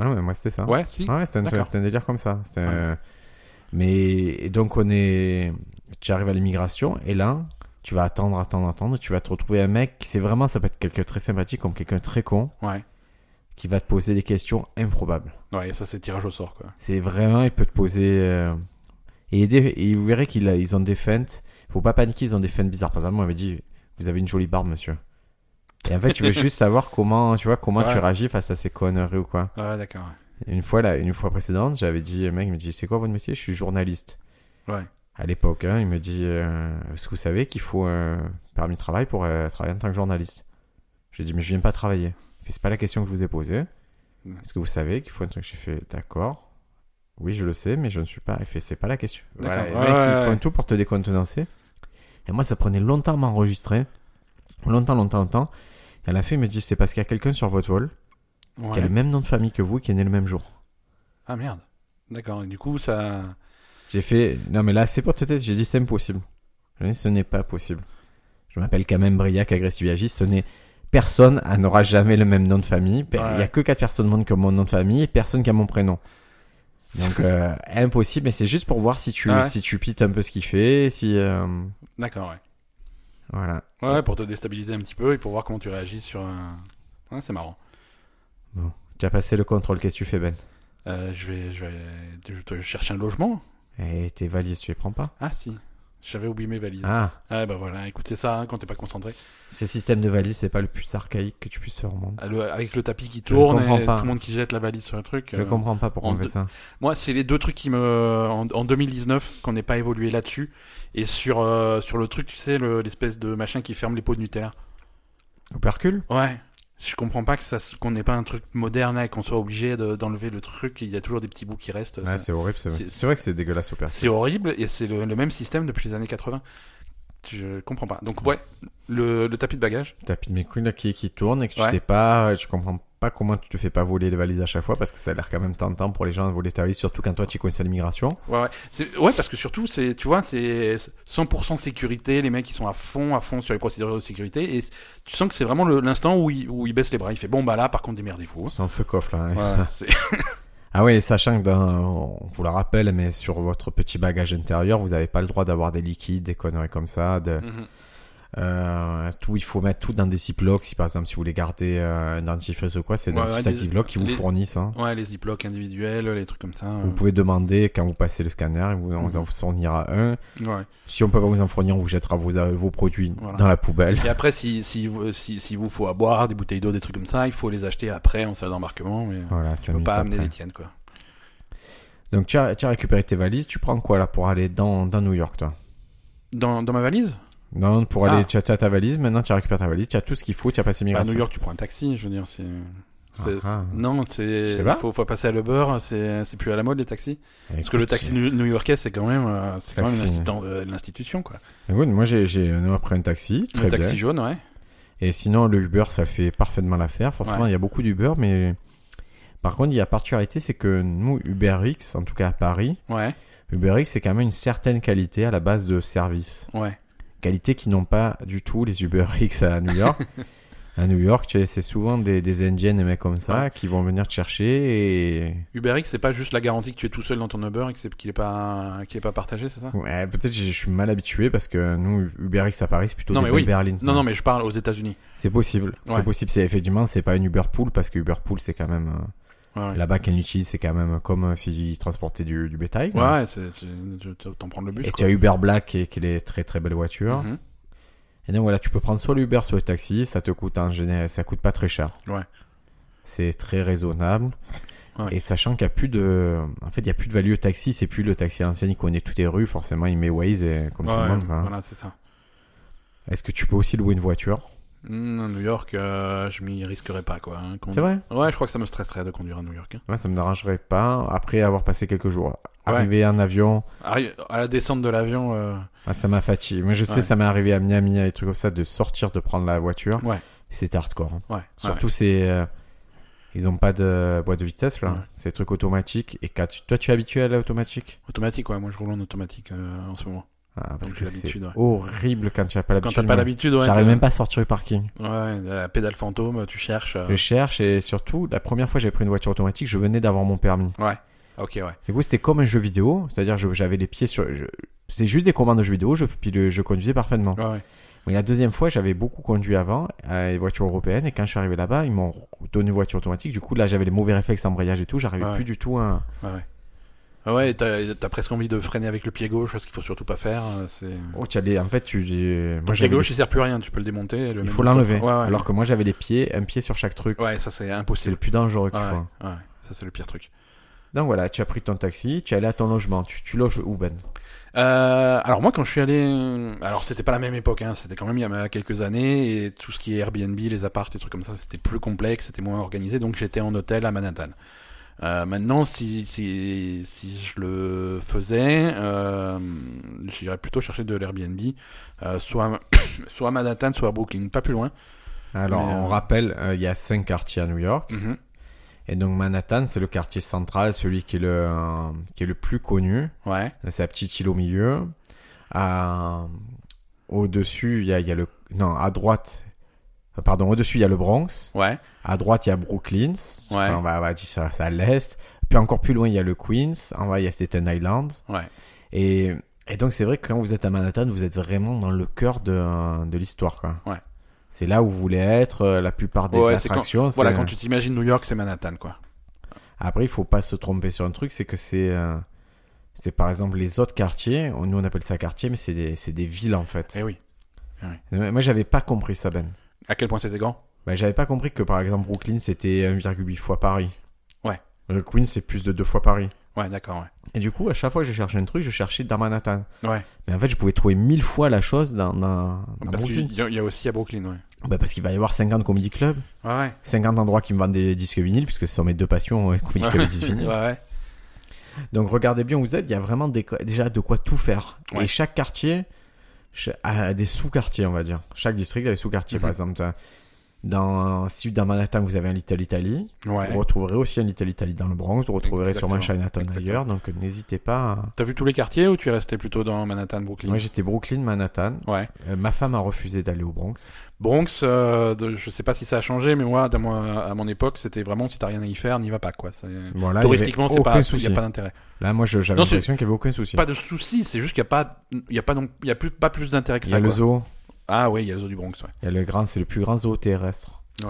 S1: Ah non, mais moi, c'était ça. Ah
S2: Ouais, si.
S1: Ouais, c'était un,
S2: D'accord.
S1: c'était un délire comme ça. C'était, euh, Mais et donc, on est. Tu arrives à l'immigration et là, tu vas attendre, attendre, attendre. Tu vas te retrouver un mec qui, c'est vraiment, ça peut être quelqu'un de très sympathique comme quelqu'un de très con
S2: Ouais.
S1: qui va te poser des questions improbables.
S2: Ouais, et ça, c'est tirage au sort, quoi.
S1: C'est vraiment, il peut te poser. euh, Et, des- et vous verrez qu'ils ils ont des feintes. Faut pas paniquer, ils ont des feintes bizarres. Par exemple, on m'avait dit Vous avez une jolie barbe, monsieur. Et en fait, tu veux juste savoir comment, tu vois, comment tu
S2: Ouais.
S1: réagis face à ces conneries ou quoi.
S2: Ouais, d'accord.
S1: Une fois, là, une fois précédente, j'avais dit, le mec, il me dit, c'est quoi votre métier Je suis journaliste.
S2: Ouais.
S1: À l'époque, hein, il me dit, euh, est-ce que vous savez qu'il faut un permis de travail pour euh, travailler en tant que journaliste J'ai dit, mais je viens pas travailler. Il fait, C'est pas la question que je vous ai posée.
S2: Mm.
S1: Est-ce que vous savez qu'il faut un truc J'ai fait, d'accord. Oui, je le sais, mais je ne suis pas. Il fait, c'est pas la question.
S2: D'accord.
S1: Voilà, les
S2: Ouais,
S1: mecs,
S2: ouais,
S1: ils font
S2: ouais.
S1: tout pour te décontenancer. Et moi, ça prenait longtemps à m'enregistrer. Longtemps, longtemps, longtemps. Et à la fin, il me dit, c'est parce qu'il y a quelqu'un sur votre vol
S2: Ouais.
S1: qui a le même nom de famille que vous, qui est né le même jour.
S2: Ah merde. D'accord. Et du coup, ça.
S1: J'ai fait. Non, mais là, c'est pour te tester. J'ai dit, c'est impossible. J'ai dit, ce n'est pas possible. Je m'appelle quand même Briac Agressiviagis. Ce n'est. Personne à- n'aura jamais le même nom de famille. Per-
S2: Ouais.
S1: Il y a que quatre personnes au monde qui ont mon nom de famille et personne qui a mon prénom. Donc, euh, impossible. Mais c'est juste pour voir si tu,
S2: Ouais.
S1: si tu pites un peu ce qu'il fait. Si. euh,
S2: D'accord, ouais.
S1: Voilà.
S2: ouais. Ouais, pour te déstabiliser un petit peu et pour voir comment tu réagis sur un. Ouais, c'est marrant.
S1: Tu as passé le contrôle. Qu'est-ce que tu fais, Ben
S2: Euh, je vais, je vais, je te- je cherche un logement.
S1: Et Eh, tes valises, tu les prends pas
S2: Ah si. J'avais oublié mes valises. Ah,
S1: Ah
S2: bah voilà. Écoute, c'est ça hein, quand t'es pas concentré.
S1: Ce système de valises, c'est pas le plus archaïque que tu puisses faire au monde.
S2: Ah, le- avec le tapis qui
S1: Je
S2: tourne
S1: comprends
S2: et
S1: pas.
S2: tout le monde qui jette la valise sur le truc.
S1: Je
S2: euh,
S1: comprends pas pourquoi
S2: en
S1: on fait
S2: deux-
S1: ça.
S2: Moi, c'est les deux trucs qui me. En, en 2019, qu'on n'ait pas évolué là-dessus. Et sur, euh, sur le truc, tu sais, le- l'espèce de machin qui ferme les pots de Nutella.
S1: Opercule
S2: Ouais. Je comprends pas que ça se- qu'on n'ait pas un truc moderne là, et qu'on soit obligé de- d'enlever le truc. Il y a toujours des petits bouts qui restent.
S1: Ouais,
S2: Ça-
S1: c'est horrible. C'est
S2: c'est-
S1: c'est vrai que c'est dégueulasse, Opercule.
S2: c'est horrible et c'est le, le même système depuis les années 80. Je comprends pas. Donc, ouais, le, le tapis de bagages.
S1: tapis de mes couilles là, qui, qui tourne et que tu
S2: Ouais.
S1: sais pas, euh, tu comprends pas comment tu te fais pas voler les valises à chaque fois parce que ça a l'air quand même tentant pour les gens de voler ta valise, surtout quand toi tu connais l'immigration.
S2: Ouais, ouais. C'est- ouais, parce que surtout, c'est, tu vois, c'est 100% sécurité. Les mecs, ils sont à fond, à fond sur les procédures de sécurité. Et tu sens que c'est vraiment le- l'instant où il, où il baisse les bras. Il fait bon, bah là, par contre, démerdez-vous.
S1: C'est un feu coffre là. hein.
S2: Ouais, c'est-
S1: Ah ouais, sachant que dans, on vous le rappelle, mais sur votre petit bagage intérieur, vous avez pas le droit d'avoir des liquides, des conneries comme ça. de-
S2: Mhm.
S1: euh, tout, il faut mettre tout dans des ziplocs. Si par exemple, si vous voulez garder euh, un dentifrice ou quoi, c'est dans
S2: Ouais,
S1: des
S2: ouais,
S1: sacs
S2: des-
S1: ziplocs qui vous
S2: les-
S1: fournissent. hein.
S2: ouais, les ziplocs individuels, les trucs comme ça. euh,
S1: Vous pouvez demander quand vous passez le scanner, et vous, on
S2: Mm.
S1: vous en fournira un.
S2: Ouais.
S1: Si on peut pas vous en fournir, on vous jettera vos, euh, vos produits
S2: Voilà.
S1: dans la poubelle.
S2: Et après, si, si, vous- si, si vous faut à boire, des bouteilles d'eau, des trucs comme ça, il faut les acheter après en salle d'embarquement. Mais
S1: Voilà, ça
S2: tu peux pas amener les tiennes, quoi.
S1: Donc tu as, tu as récupéré tes valises, tu prends quoi là pour aller dans, dans New York toi
S2: Dans, dans ma valise
S1: Non, pour aller,
S2: Ah.
S1: tu, as, tu as ta valise, maintenant tu as récupéré ta valise, tu as tout ce qu'il faut, tu as passé
S2: Bah, À
S1: migration.
S2: New York, tu prends un taxi, je veux dire. C'est. c'est-
S1: Ah, ah.
S2: Non,
S1: Je
S2: c'est.
S1: sais pas.
S2: Il faut, faut passer à l'Uber, c'est c'est plus à la mode les taxis.
S1: Écoute,
S2: Parce que le taxi new- new-yorkais, c'est quand même, euh, c'est quand même
S1: Taxi.
S2: l'institu- euh, l'institution, quoi.
S1: écoute, moi j'ai, j'ai on a pris un taxi, très
S2: le
S1: bien.
S2: taxi jaune, ouais.
S1: Et sinon le Uber ça fait parfaitement l'affaire. Forcément
S2: Ouais.
S1: il y a beaucoup d'Uber, mais par contre il y a particularité, c'est que nous UberX, en tout cas à Paris,
S2: Ouais,
S1: UberX c'est quand même une certaine qualité à la base de service.
S2: ouais.
S1: qualité qui n'ont pas du tout les UberX à New York. à New York, tu sais, c'est souvent des, des Indiennes et mecs comme ça qui vont venir te chercher et...
S2: UberX, c'est pas juste la garantie que tu es tout seul dans ton Uber et que c'est- qu'il est, pas qu'il est pas partagé, c'est ça
S1: Ouais, peut-être je je suis mal habitué parce que nous, UberX à Paris, c'est plutôt
S2: Non,
S1: des
S2: mais oui.
S1: Berlin.
S2: Non, non, mais je parle aux États-Unis.
S1: C'est possible. C'est
S2: Ouais.
S1: possible. C'est effectivement, c'est pas une Uber Pool parce que Uber Pool, c'est quand même... euh,
S2: Ouais, ouais.
S1: Là-bas, qu'elle utilise, c'est quand même comme euh, s'ils transportaient du, du bétail.
S2: Ouais,
S1: quoi.
S2: ouais, c'est c'est- tu- t'en prends le bus.
S1: Et tu
S2: quoi.
S1: as Uber Black qui est, qui est les très très belles voitures.
S2: Mhm.
S1: Et donc voilà, tu peux prendre soit l'Uber, soit le taxi. Ça te coûte en général, ça coûte pas très cher.
S2: Ouais.
S1: C'est très raisonnable.
S2: Ouais.
S1: Et sachant qu'il y a plus de, en fait, il y a plus de value au taxi. C'est plus le taxi à l'ancienne. Il connaît toutes les rues. Forcément, il met Waze et comme tout
S2: Ouais,
S1: le monde. hein. quoi.
S2: Voilà, c'est ça.
S1: Est-ce que tu peux aussi louer une voiture
S2: Hmm, à New York, euh, je m'y risquerais pas, quoi. hein, conduire.
S1: C'est vrai
S2: Ouais, je crois que ça me stresserait de conduire à New York. hein.
S1: Moi, ça me dérangerait pas après avoir passé quelques jours. Arriver en avion,
S2: Arri- Ah, À la descente de l'avion, euh,
S1: ah, ça m'a fatigué. Moi, je sais,
S2: Ouais.
S1: ça m'est arrivé à Miami, à des trucs comme ça, de sortir, de prendre la voiture.
S2: ouais,
S1: C'est hardcore. hein.
S2: ouais.
S1: Ah. Surtout, c'est. euh, ils ont pas de boîte de vitesse, là.
S2: Ouais.
S1: C'est des trucs automatiques. Et quand tu- toi, tu es habitué à l'automatique
S2: ouais. Automatique, ouais. Moi, je roule en automatique euh, en ce moment.
S1: Ah, Parce
S2: Donc,
S1: que
S2: j'ai
S1: c'est
S2: l'habitude, ouais.
S1: horrible quand tu n'as pas
S2: Quand
S1: l'habitude.
S2: t'as pas
S1: moi.
S2: l'habitude, ouais.
S1: J'arrive
S2: t'as-
S1: même pas à sortir du parking.
S2: Ouais, la pédale fantôme, tu cherches. euh,
S1: Je cherche et surtout, la première fois que j'ai pris une voiture automatique, je venais d'avoir mon permis.
S2: Ouais. Ok, ouais.
S1: Du coup, c'était comme un jeu vidéo, c'est-à-dire je- j'avais les pieds sur. je- C'est juste des commandes de jeux vidéo, je, puis le- je conduisais parfaitement.
S2: Ouais, ouais.
S1: Mais la deuxième fois, j'avais beaucoup conduit avant, euh, les voitures européennes, et quand je suis arrivé là-bas, ils m'ont donné une voiture automatique. Du coup, là, j'avais les mauvais réflexes embrayage et tout, j'arrivais
S2: Ouais.
S1: plus du tout à.
S2: Ouais, ouais. Ah Ouais, t'as t'as presque envie de freiner avec le pied gauche, ce qu'il faut surtout pas faire. euh, C'est.
S1: Oh, tu as les- En fait, tu. Moi,
S2: Le pied
S1: j'avais
S2: gauche,
S1: les-
S2: il sert plus à rien. Tu peux le démonter. et le
S1: Il
S2: mettre
S1: faut
S2: dans le coffre.
S1: l'enlever.
S2: Ouais, ouais.
S1: Alors que moi, j'avais les pieds, un pied sur chaque truc.
S2: Ouais, ça c'est
S1: C'est le
S2: impossible.
S1: plus dangereux qu'il
S2: Ouais,
S1: faut.
S2: ouais. Ça c'est le pire truc.
S1: Donc voilà, tu as pris ton taxi, tu es allé à ton logement, tu, tu loges où, Ben
S2: Euh, alors moi quand je suis allé, euh, alors c'était pas la même époque, hein, c'était quand même il y a quelques années et tout ce qui est Airbnb, les apparts, les trucs comme ça, c'était plus complexe, c'était moins organisé, donc j'étais en hôtel à Manhattan. Euh, maintenant, si, si, si je le faisais, euh, j'irais plutôt chercher de l'Airbnb, euh, soit, soit à Manhattan, soit à Brooklyn, pas plus loin.
S1: Alors,
S2: Mais, euh,
S1: on rappelle, euh, il y a cinq quartiers à New York.
S2: Mhm.
S1: Et donc Manhattan, c'est le quartier central, celui qui est le, euh, qui est le plus connu.
S2: Ouais,
S1: C'est la petite île au milieu. À- au-dessus, il y a, il y a le... Non, à droite... Pardon, au-dessus, il y a le Bronx.
S2: ouais,
S1: À droite, il y a Brooklyn.
S2: Ouais.
S1: On va, on va dire ça, c'est à l'est. Puis encore plus loin, il y a le Queens. En bas, il y a Staten Island.
S2: ouais.
S1: Et, et donc, c'est vrai que quand vous êtes à Manhattan, vous êtes vraiment dans le cœur de, de l'histoire. quoi.
S2: Ouais.
S1: C'est là où vous voulez être. euh, La plupart des
S2: Ouais, c'est quand-
S1: attractions... c'est- euh,
S2: Voilà, quand tu t'imagines New York, c'est Manhattan, quoi.
S1: Après, il faut pas se tromper sur un truc, c'est que c'est, euh, c'est par exemple les autres quartiers. on- Nous, on appelle ça quartier, mais c'est des, c'est des villes en fait.
S2: Eh oui.
S1: Moi, j'avais pas compris ça, Ben.
S2: À quel point c'était grand
S1: Bah, j'avais pas compris que par exemple Brooklyn, c'était 1,8 fois Paris.
S2: Ouais.
S1: Le Queen, c'est plus de deux fois Paris.
S2: Ouais, d'accord,
S1: Et du coup, à chaque fois que je cherchais un truc, je cherchais dans Manhattan.
S2: ouais. Ouais.
S1: Mais en fait, je pouvais trouver mille fois la chose dans, dans, dans
S2: Parce
S1: Brooklyn.
S2: qu'il y, a- il y a aussi à Brooklyn, ouais.
S1: Bah, parce qu'il va y avoir 50 comedy clubs,
S2: Ouais, ouais.
S1: 50 endroits qui me vendent des disques vinyles, puisque ce sont mes deux passions, euh, comedy club et disques vinyles.
S2: ouais, ouais.
S1: Donc regardez bien où vous êtes, il y a vraiment des- déjà de quoi tout faire.
S2: Ouais.
S1: Et chaque quartier cha- a des sous-quartiers, on va dire. Chaque district a des sous-quartiers.
S2: Mhm.
S1: Par exemple, t'as- dans, si dans Manhattan vous avez un Little Italy,
S2: Ouais.
S1: vous retrouverez aussi un Little Italy dans le Bronx, vous retrouverez sûrement un
S2: Exactement.
S1: Chinatown
S2: Exactement.
S1: ailleurs. Donc euh, n'hésitez pas. à-
S2: T'as vu tous les quartiers ou tu es resté plutôt dans Manhattan, Brooklyn
S1: Moi j'étais Brooklyn, Manhattan.
S2: Ouais.
S1: Euh, ma femme a refusé d'aller au Bronx.
S2: Bronx, euh, de- je sais pas si ça a changé, mais moi, dans mon- à mon époque, c'était vraiment si t'as rien à y faire, n'y va pas, quoi. C'est-
S1: Bon, là, il Bah, y avait
S2: Touristiquement, c'est
S1: aucun
S2: pas, il
S1: souci.
S2: y a pas d'intérêt.
S1: Là, moi je- j'avais
S2: Non, c'est-
S1: l'impression qu'il n'y avait aucun souci.
S2: Pas de souci, c'est juste qu'il y a pas, il y a pas non, il y a plus, pas plus d'intérêt que
S1: Il y a
S2: ça.
S1: le
S2: quoi.
S1: zoo,
S2: Ah oui, il y a le zoo du Bronx, ouais.
S1: il y a le grand, c'est le plus grand zoo terrestre.
S2: Ouais.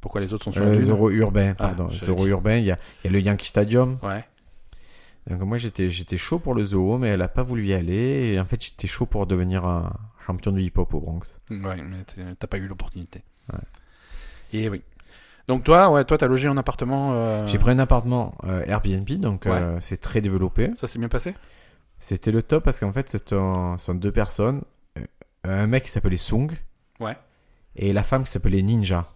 S2: Pourquoi les autres sont sur la
S1: Le
S2: Lune
S1: zoo urbain,
S2: Ah,
S1: pardon.
S2: je
S1: Le zoo
S2: l'ai dit.
S1: urbain, il y a- il y a le Yankee Stadium.
S2: Ouais.
S1: Donc moi j'étais j'étais chaud pour le zoo, mais elle a pas voulu y aller. Et en fait j'étais chaud pour devenir un champion de hip-hop au Bronx.
S2: Ouais, mais t'es- t'as pas eu l'opportunité.
S1: Ouais.
S2: Et oui. Donc toi, ouais, toi, t'as logé en appartement. euh,
S1: J'ai pris un appartement euh, Airbnb, donc
S2: Ouais.
S1: euh, c'est très développé.
S2: Ça s'est bien passé
S1: C'était le top parce qu'en fait c'est un- ce sont deux personnes, Euh, un mec qui s'appelait Sung
S2: Ouais.
S1: et la femme qui s'appelait Ninja.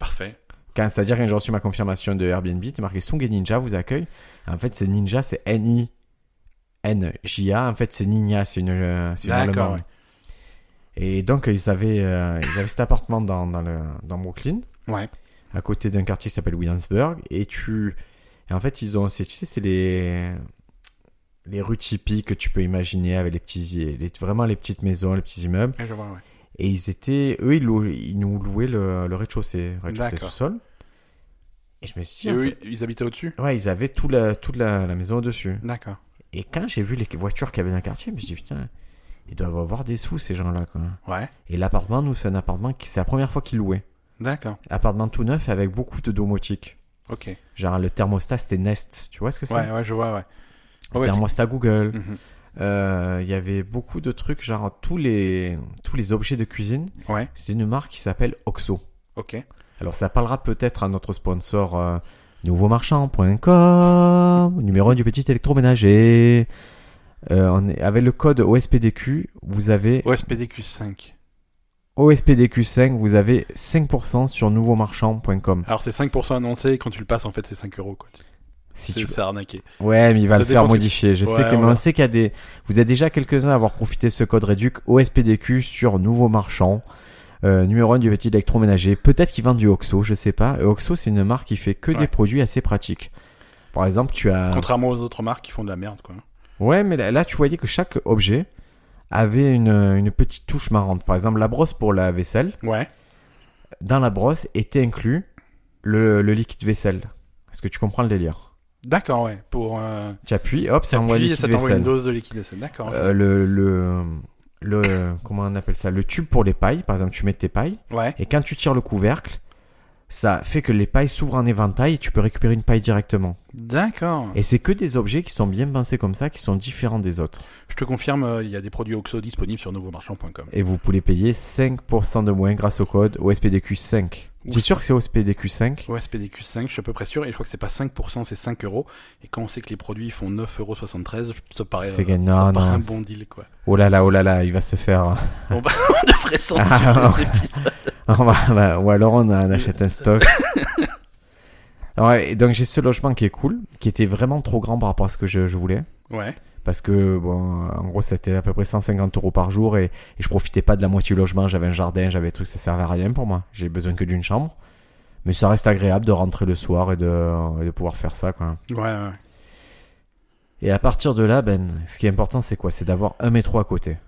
S2: Parfait.
S1: Quand- C'est-à-dire quand j'ai reçu ma confirmation de Airbnb, t'es marqué Sung et Ninja vous accueille. En fait c'est Ninja, c'est N I N J A. En fait c'est Ninja, c'est une, euh, c'est une
S2: D'accord.
S1: allemande.
S2: ouais.
S1: Et donc, ils avaient, euh, ils avaient cet appartement dans, dans, le, dans Brooklyn,
S2: Ouais.
S1: à côté d'un quartier qui s'appelle Williamsburg. Et tu. et en fait, ils ont. c'est- Tu sais, c'est les. Les rues typiques que tu peux imaginer avec les petits. les- vraiment les petites maisons, les petits immeubles.
S2: Ouais, je vois, ouais.
S1: Et ils étaient. Eux, ils, lou- ils nous louaient le, le rez-de-chaussée, rez-de-chaussée
S2: D'accord.
S1: sous-sol. Et je me suis
S2: Et
S1: dit. en
S2: eux,
S1: fait-
S2: ils habitaient au-dessus
S1: ouais, ils avaient tout la, toute la, la maison au-dessus.
S2: D'accord.
S1: Et quand j'ai vu les voitures qu'il y avait dans le quartier, je me suis dit, putain, ils doivent avoir des sous, ces gens-là, quoi.
S2: Ouais.
S1: Et l'appartement, nous, c'est un appartement qui, c'est la première fois qu'ils louaient.
S2: D'accord.
S1: Appartement tout neuf avec beaucoup de domotique.
S2: Ok. Ouais,
S1: Genre, le thermostat, c'était Nest. Tu vois ce que c'est
S2: ouais, je vois, ouais. Ouais, ouais,
S1: Thermostat Google.
S2: c'est- Mhm.
S1: Euh, Il y avait beaucoup de trucs, genre, tous les, tous les objets de cuisine.
S2: Ouais.
S1: C'est une marque qui s'appelle Oxo.
S2: Ok.
S1: Alors, ça parlera peut-être à notre sponsor euh, nouveaumarchand.com, numéro 1 du petit électroménager. Euh, on est- avec le code OSPDQ, vous avez
S2: OSPDQ5.
S1: OSPDQ5, vous avez 5% sur nouveaumarchand.com.
S2: Alors c'est 5% annoncé, et quand tu le passes, en fait, c'est 5 euros. Quoi.
S1: Si
S2: c'est
S1: tu...
S2: c'est arnaqué.
S1: Ouais, mais il va
S2: Ça
S1: le faire
S2: dépend ce que tu-
S1: modifier. Je
S2: Ouais,
S1: sais que,
S2: on
S1: mais
S2: va-
S1: on sait qu'il y a des. Vous êtes déjà quelques-uns à avoir profité de ce code réduc OSPDQ sur Nouveau Marchand. Euh, numéro 1 du petit électroménager. Peut-être qu'ils vendent du Oxo, je sais pas. Et Oxo, c'est une marque qui fait que
S2: Ouais.
S1: des produits assez pratiques. Par exemple, tu as.
S2: Contrairement aux autres marques qui font de la merde. Quoi.
S1: Ouais, mais là, là, tu voyais que chaque objet avait une, une petite touche marrante. Par exemple, la brosse pour la vaisselle.
S2: Ouais.
S1: Dans la brosse était inclus le, le liquide vaisselle. Est-ce que tu comprends le délire
S2: D'accord, ouais. Pour. Euh...
S1: Tu appuies, hop, ça envoie
S2: t'appuies
S1: le
S2: et ça
S1: liquide
S2: t'envoie une
S1: vaisselle.
S2: dose hein. de liquide vaisselle. D'accord. ok.
S1: Euh, le, le, le- comment on appelle ça Le tube pour les pailles. Par exemple, tu mets tes pailles
S2: Ouais.
S1: et quand tu tires le couvercle, ça fait que les pailles s'ouvrent en éventail et tu peux récupérer une paille directement.
S2: D'accord.
S1: Et c'est que des objets qui sont bien pensés comme ça, qui sont différents des autres.
S2: Je te confirme, euh, il y a des produits OXO disponibles sur nouveaumarchand.com.
S1: Et vous pouvez payer 5% de moins grâce au code OSPDQ5.
S2: Ouh.
S1: T'es sûr que c'est OSPDQ5
S2: OSPDQ5, je suis à peu près sûr, et je crois que c'est pas 5%, c'est 5 euros. Et quand on sait que les produits font 9,73 euros, ça paraît,
S1: C'est
S2: euh,
S1: gagnant,
S2: ça
S1: non,
S2: paraît un
S1: c'est-
S2: bon deal, quoi.
S1: Oh là là, oh là là, il va se faire. hein.
S2: Bon, bah, on devrait
S1: Ah,
S2: censurer les épisodes.
S1: On va- va- Ou alors on, a- on achète un stock. Ouais, et donc j'ai ce logement qui est cool, qui était vraiment trop grand par rapport à ce que je- je voulais.
S2: Ouais.
S1: parce que bon en gros c'était à peu près 150 euros par jour et, et je profitais pas de la moitié du logement j'avais un jardin j'avais des trucs ça servait à rien pour moi j'ai besoin que d'une chambre mais ça reste agréable de rentrer le soir et de, et de pouvoir faire ça quoi
S2: Ouais, ouais.
S1: et à partir de là ben ce qui est important c'est quoi c'est d'avoir un métro à côté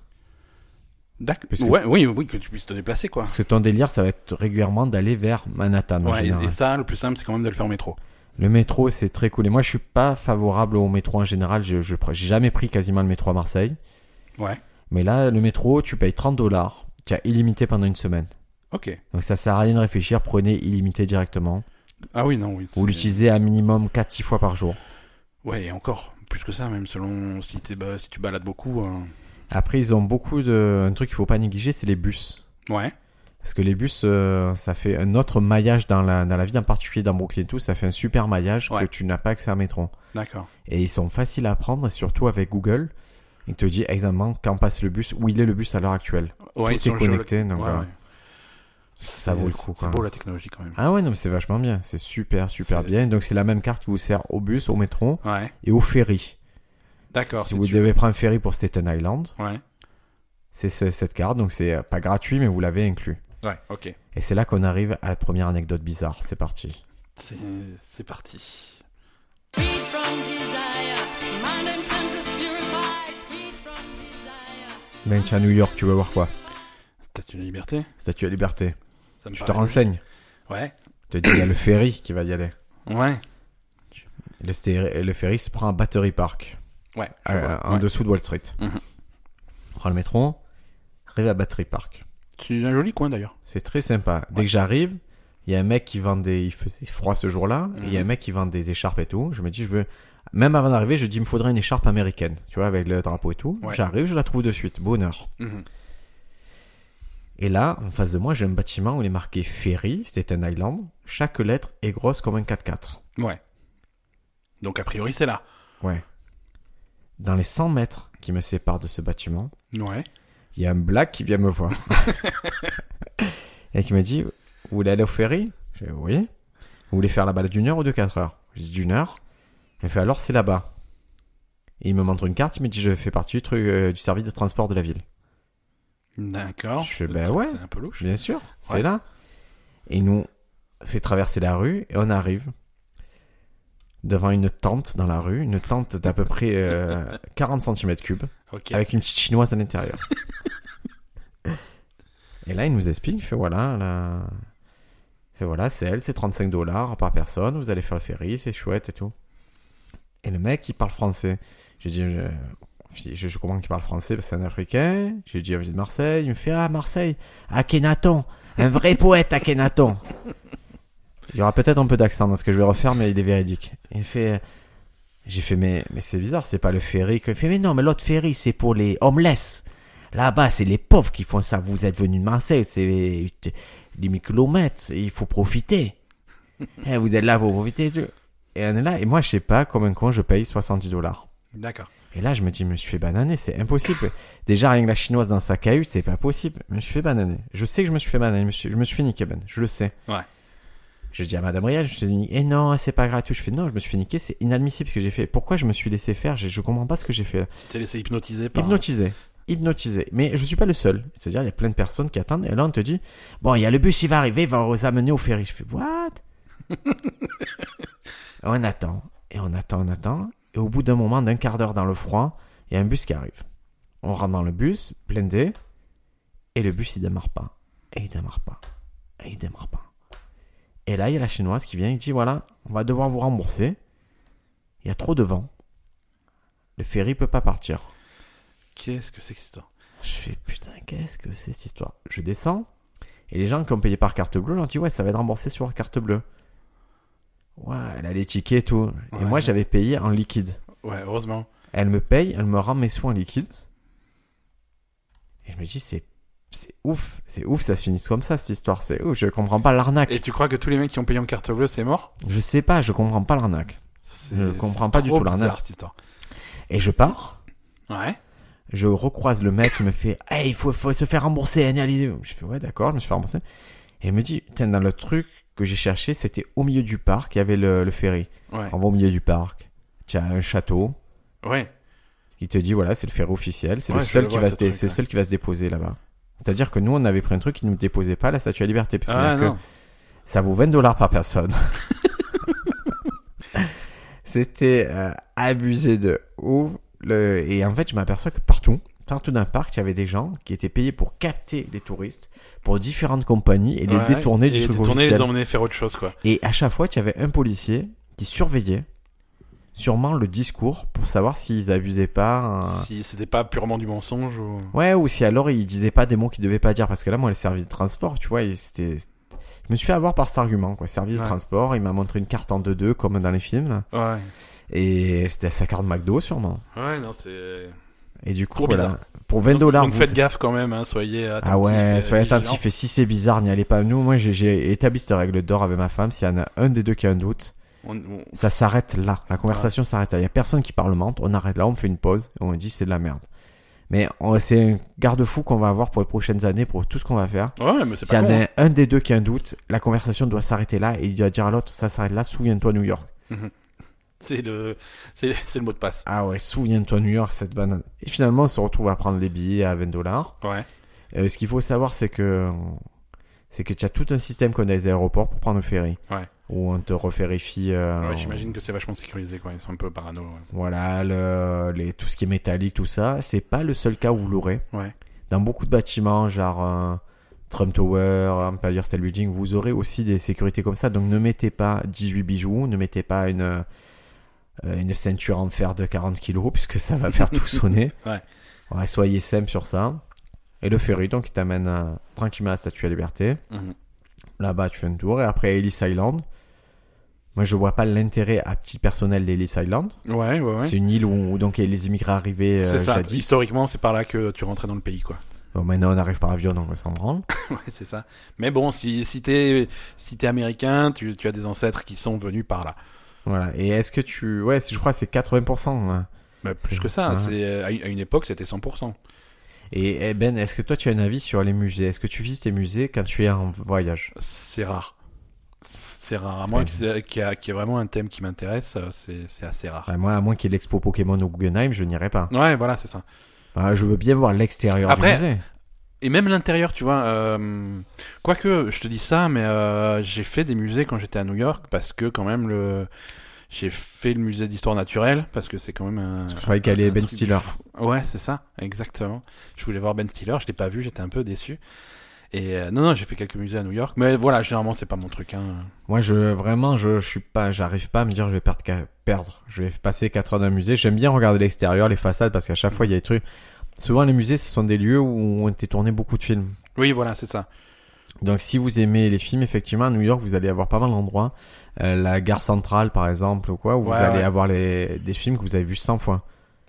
S2: D'accord.
S1: Parce que-
S2: Ouais, oui, oui, que tu puisses te déplacer, quoi.
S1: parce que ton délire ça va être régulièrement d'aller vers Manhattan en
S2: Ouais, et,
S1: général.
S2: et ça, le plus simple, c'est quand même de le faire en métro.
S1: le métro c'est très cool et moi je suis pas favorable au métro en général je, je pr- j'ai jamais pris quasiment le métro à Marseille
S2: Ouais.
S1: mais là le métro tu payes 30 dollars tu as illimité pendant une semaine
S2: Ok.
S1: Donc ça sert à rien de réfléchir, prenez illimité directement.
S2: Ah oui, non, oui.
S1: Vous
S2: c'est-
S1: l'utilisez à minimum 4-6 fois par jour.
S2: Ouais, et encore. Plus que ça, même selon si, t'es- bah, si tu balades beaucoup. euh,
S1: Après, ils ont beaucoup de... Un truc qu'il faut pas négliger, c'est les bus.
S2: Ouais.
S1: Parce que les bus, euh, ça fait un autre maillage dans la, dans la ville, en particulier dans Brooklyn et tout, ça fait un super maillage
S2: Ouais.
S1: que tu n'as pas accès à un métro.
S2: D'accord.
S1: Et ils sont faciles à prendre, et surtout avec Google. Il te dit exactement quand passe le bus, où il est le bus à l'heure actuelle.
S2: Ouais, ils
S1: Tout
S2: sont
S1: est connecté, donc
S2: géolo-
S1: voilà.
S2: ouais, ouais.
S1: Ça vaut le coup,
S2: C'est
S1: quoi.
S2: beau la technologie quand même.
S1: Ah ouais, non, mais c'est vachement bien. C'est super, super
S2: C'est-
S1: bien. Donc c'est la même carte qui vous sert au bus, au métro
S2: Ouais,
S1: et au ferry.
S2: d'accord.
S1: si
S2: si
S1: vous
S2: tu-
S1: devez prendre un ferry pour Staten Island,
S2: Ouais,
S1: c'est ce- cette carte, donc c'est euh, pas gratuit, mais vous l'avez inclus.
S2: ouais, ok.
S1: Et c'est là qu'on arrive à la première anecdote bizarre. C'est parti.
S2: C'est c'est parti.
S1: Bench à New York, tu veux voir quoi
S2: Statue de la liberté
S1: Statue à liberté.
S2: ça me
S1: Tu te
S2: paraît
S1: renseignes.
S2: logique. Ouais,
S1: Je te dis, il y a le ferry qui va y aller.
S2: ouais,
S1: Le, sté- le ferry se prend à Battery Park,
S2: ouais. je
S1: euh,
S2: vois,
S1: en
S2: ouais.
S1: dessous de Wall Street.
S2: Mhm.
S1: On prend le métro, arrive à Battery Park.
S2: C'est un joli coin d'ailleurs.
S1: C'est très sympa. Dès que j'arrive, il y a un mec qui vend des. Il faisait froid ce jour-là. et Il y a un
S2: Mhm.
S1: mec qui vend des écharpes et tout. Je me dis, je veux. Même avant d'arriver, je dis, il me faudrait une écharpe américaine. Tu vois, avec le drapeau et tout.
S2: Ouais.
S1: J'arrive, je la trouve de suite. Bonheur.
S2: Mhm.
S1: Et là, en face de moi, j'ai un bâtiment où il est marqué Ferry, c'était un island. Chaque lettre est grosse comme un 4x4.
S2: Ouais. Donc a priori c'est là.
S1: Ouais. Dans les 100 mètres qui me séparent de ce bâtiment,
S2: Ouais.
S1: il y a un black qui vient me voir. et qui me dit Vous voulez aller au ferry Je dis Oui. Vous voulez faire la balade d'une heure ou de 4 heures Je dis D'une heure. Il fait Alors c'est là-bas. Et il me montre une carte, il me dit Je fais partie du, truc, euh, du service de transport de la ville.
S2: D'accord.
S1: Je fais,
S2: Le
S1: bah
S2: truc,
S1: ouais.
S2: C'est un peu louche.
S1: Bien sûr, c'est
S2: Ouais.
S1: là. Et il nous fait traverser la rue et on arrive devant une tente dans la rue, une tente d'à peu près euh, 40 cm3
S2: Ok.
S1: avec une petite chinoise à l'intérieur. et là, il nous explique, il fait voilà, là... il fait, voilà, c'est elle, c'est 35 dollars par personne, vous allez faire le ferry, c'est chouette et tout. Et le mec, il parle français. J'ai dit, je, je- je comprends qu'il parle français parce que c'est un Africain. J'ai dit, j'ai de Marseille. Il me fait, ah, Marseille, Akhenaton, un vrai poète, Akhenaton. Il y aura peut-être un peu d'accent dans ce que je vais refaire, mais il est véridique. Il fait, j'ai fait, mais, mais c'est bizarre, c'est pas le ferry que fait. Mais non, mais l'autre ferry, c'est pour les homeless. Là-bas, c'est les pauvres qui font ça. Vous êtes venus de Marseille, c'est les kilomètres, il faut profiter. Eh, vous êtes là, vous profitez. Et on est là, et moi, je sais pas, comme un con, je paye 70 dollars.
S2: D'accord.
S1: Et là, je me dis, mais je suis fait bananer, c'est impossible. Déjà, rien que la chinoise dans sa cahute, c'est pas possible. Mais je suis fait bananer. Je sais que je me suis fait bananer. Je me suis, je me suis fait niquer, Ben. Je le sais.
S2: Ouais.
S1: Je dis à Madame Riel, je dis, eh non, c'est pas gratuit. Je fais, non, je me suis fait niquer, c'est inadmissible ce que j'ai fait. Pourquoi je me suis laissé faire je, je comprends pas ce que j'ai fait.
S2: Tu t'es laissé hypnotiser par.
S1: Hypnotisé. Hypnotisé. Mais je suis pas le seul. C'est-à-dire, il y a plein de personnes qui attendent. Et là, on te dit, bon, il y a le bus, il va arriver, il va vous amener au ferry. Je fais, what? on attend. Et on attend, on attend. Et au bout d'un moment, d'un quart d'heure dans le froid, il y a un bus qui arrive. On rentre dans le bus, blindé. Et le bus, il démarre pas. Et il démarre pas. Et il démarre pas. Et là, il y a la chinoise qui vient et dit, voilà, on va devoir vous rembourser. Il y a trop de vent. Le ferry peut pas partir.
S2: Qu'est-ce que c'est que cette histoire
S1: Je fais putain, qu'est-ce que c'est cette histoire Je descends et les gens qui ont payé par carte bleue leur dit ouais, ça va être remboursé sur carte bleue. Ouais, elle a les tickets et tout. Et
S2: Ouais.
S1: moi j'avais payé en liquide.
S2: Ouais, heureusement.
S1: Elle me paye, elle me rend mes soins en liquide. Et je me dis c'est c'est ouf, c'est ouf, ça se finisse comme ça cette histoire, c'est ouf. Je comprends pas l'arnaque.
S2: Et tu crois que tous les mecs qui ont payé en carte bleue, c'est mort
S1: Je sais pas, je comprends pas l'arnaque.
S2: C'est-
S1: Je comprends pas
S2: c'est
S1: du
S2: trop
S1: tout l'arnaque.
S2: bizarre, cette histoire.
S1: Et je pars.
S2: Ouais.
S1: je recroise le mec, il me fait Hey, il faut, faut se faire rembourser, analyser. Je fais Ouais, d'accord, je me suis fait rembourser. Et il me dit Putain, dans le truc que j'ai cherché, c'était au milieu du parc, il y avait le, le ferry.
S2: Ouais.
S1: On va au milieu du parc, tu as un château,
S2: Ouais.
S1: il te dit Voilà, c'est le ferry officiel, c'est
S2: Ouais,
S1: le,
S2: je
S1: seul
S2: le
S1: qui
S2: vois,
S1: va
S2: ce
S1: se dé-
S2: truc,
S1: c'est le
S2: ouais.
S1: seul qui va se déposer là-bas. C'est-à-dire que nous, on avait pris un truc qui ne nous déposait pas la Statue de la Liberté, parce qu'il y a
S2: Ah
S1: que-
S2: non.
S1: ça vaut 20 dollars par personne. C'était euh, abusé de ouf. Le... Et en fait, je m'aperçois que partout, partout dans le parc, il y avait des gens qui étaient payés pour capter les touristes pour différentes compagnies et les
S2: Ouais,
S1: détourner du
S2: et
S1: truc
S2: détourner,
S1: officiel.
S2: les emmener faire autre chose, quoi.
S1: Et à chaque fois, il y avait un policier qui surveillait sûrement le discours pour savoir s'ils abusaient pas. euh,
S2: Si c'était pas purement du mensonge ou.
S1: Ouais, ou si alors il disait pas des mots qu'il devait pas dire, parce que là, moi, le service de transport, tu vois, il- c'était. Je me suis fait avoir par cet argument, quoi. Service de
S2: Ouais.
S1: transport, il m'a montré une carte en 2-2, comme dans les films, là.
S2: Ouais.
S1: et c'était sa carte McDo, sûrement.
S2: Ouais, non, c'est.
S1: Et du coup,
S2: Trop
S1: voilà.
S2: bizarre.
S1: Pour 20
S2: Donc-
S1: dollars,
S2: Donc
S1: vous-
S2: faites gaffe euh, quand même, hein, soyez attentifs.
S1: Ah ouais,
S2: et
S1: soyez
S2: vigilants.
S1: attentifs, et si c'est bizarre, n'y allez pas. Nous, moi, j'ai- j'ai établi cette règle d'or avec ma femme, s'il y en a un des deux qui a un doute,
S2: On- on-
S1: ça s'arrête là. La conversation s'arrête là. Il y a personne qui parlemente, on arrête là, on fait une pause, et on dit c'est de la merde. Mais on- c'est un garde-fou qu'on va avoir pour les prochaines années, pour tout ce qu'on va faire.
S2: Ouais, mais c'est
S1: S'il y
S2: pas
S1: en
S2: con. hein.
S1: a un des deux qui a un doute, la conversation doit s'arrêter là et il doit dire à l'autre, ça s'arrête là, souviens-toi New York.
S2: C'est le, c'est c'est le mot de passe.
S1: Ah ouais, souviens-toi New York, cette banane. Et finalement, on se retrouve à prendre les billets à 20 dollars. Euh,
S2: Ouais.
S1: ce qu'il faut savoir, c'est que c'est que tu as tout un système qu'on a les aéroports pour prendre le ferry.
S2: Ouais.
S1: Où on te referrifie. euh,
S2: Ouais, J'imagine que c'est vachement sécurisé, quoi. Ils sont un peu parano. ouais.
S1: Voilà, le- les, tout ce qui est métallique, tout ça. C'est pas le seul cas où vous l'aurez.
S2: Ouais.
S1: Dans beaucoup de bâtiments, genre euh, Trump Tower, Empire State Building, vous aurez aussi des sécurités comme ça. Donc ne mettez pas 18 bijoux, ne mettez pas une, euh, une ceinture en fer de 40 kilos, puisque ça va faire tout sonner.
S2: Ouais.
S1: Ouais, soyez simple sur ça. Et le ferry, donc, il t'amène euh, tranquillement à la Statue de la Liberté.
S2: Mhm.
S1: Là-bas, tu fais un tour. Et après, Ellis Island. Moi, je vois pas l'intérêt à petit personnel d'Ellis Island.
S2: Ouais, ouais, ouais.
S1: C'est une île où, où donc il y a les immigrés arrivés euh,
S2: C'est ça.
S1: jadis.
S2: Historiquement, c'est par là que tu rentrais dans le pays, quoi.
S1: Bon, maintenant, on arrive par avion, donc on s'en branle.
S2: ouais, c'est ça. Mais bon, si, si t'es si t'es américain, tu, tu as des ancêtres qui sont venus par là.
S1: Voilà. Et est-ce que tu. Ouais, je crois que c'est 80%. ouais.
S2: Bah,
S1: C'est-
S2: plus que ça.
S1: ouais.
S2: C'est euh, à une à une époque, c'était 100%.
S1: Et eh Ben, est-ce que toi, tu as un avis sur les musées Est-ce que tu visites les musées quand tu es en voyage
S2: C'est rare. C'est rare. À
S1: C'est
S2: moins
S1: pas
S2: qu'il y, a- qu'il y ait vraiment un thème qui m'intéresse, euh, c'est c'est assez rare.
S1: Enfin, Moi, à moins qu'il y ait l'expo Pokémon au Guggenheim, je n'irai pas.
S2: Ouais, voilà, c'est ça.
S1: Enfin, je veux bien voir l'extérieur du
S2: Après-
S1: musée.
S2: Et même l'intérieur, tu vois. euh, quoique, je te dis ça, mais euh, j'ai fait des musées quand j'étais à New York parce que quand même le. J'ai fait le musée d'histoire naturelle parce que c'est quand même un.
S1: Je croyais qu'elle
S2: un-
S1: est
S2: un
S1: Ben
S2: truc de
S1: Stiller.
S2: Ouais, c'est ça, exactement. Je voulais voir Ben Stiller, je l'ai pas vu, j'étais un peu déçu. Et euh, non, non, j'ai fait quelques musées à New York, mais voilà, généralement c'est pas mon truc. Hein.
S1: Moi, je vraiment, je, je suis pas, j'arrive pas à me dire je vais perdre, qua- perdre. Je vais passer 4 heures dans un musée. J'aime bien regarder l'extérieur, les façades, parce qu'à chaque fois, il y a des trucs. Souvent, les musées, ce sont des lieux où ont été tournés beaucoup de films.
S2: Oui, voilà, c'est ça.
S1: Donc, si vous aimez les films, effectivement, à New York, vous allez avoir pas mal d'endroits. Euh, la gare centrale, par exemple, ou quoi, où vous
S2: Ouais,
S1: allez
S2: ouais.
S1: avoir les, des films que vous avez vus 100 fois.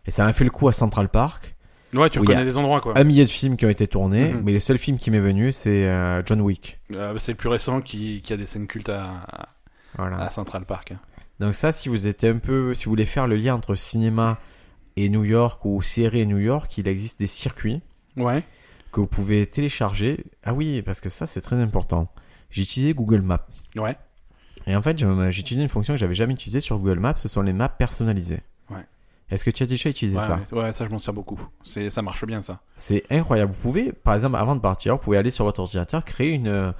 S1: Et ça m'a fait le coup à Central Park.
S2: Ouais, tu
S1: Oui, Ah
S2: reconnais
S1: y
S2: des endroits quoi.
S1: Un millier de films qui ont été tournés,
S2: Mhm.
S1: mais le seul film qui m'est venu, c'est euh, John Wick.
S2: Euh, c'est le plus récent qui, qui a des scènes cultes à,
S1: Voilà.
S2: à Central Park. hein.
S1: Donc ça, si vous êtes un peu, si vous voulez faire le lien entre cinéma, et New York ou serré New York, il existe des circuits
S2: Ouais.
S1: que vous pouvez télécharger. Ah oui, parce que ça, c'est très important. J'ai utilisé Google Maps.
S2: Ouais.
S1: Et en fait, je- j'ai utilisé une fonction que j'avais jamais utilisée sur Google Maps, ce sont les maps personnalisées.
S2: Ouais.
S1: Est-ce que tu as déjà utilisé
S2: ouais,
S1: ça
S2: ouais, ouais, ça, je m'en sers beaucoup. C'est, ça marche bien, ça.
S1: C'est incroyable. Vous pouvez, par exemple, avant de partir, vous pouvez aller sur votre ordinateur, créer une,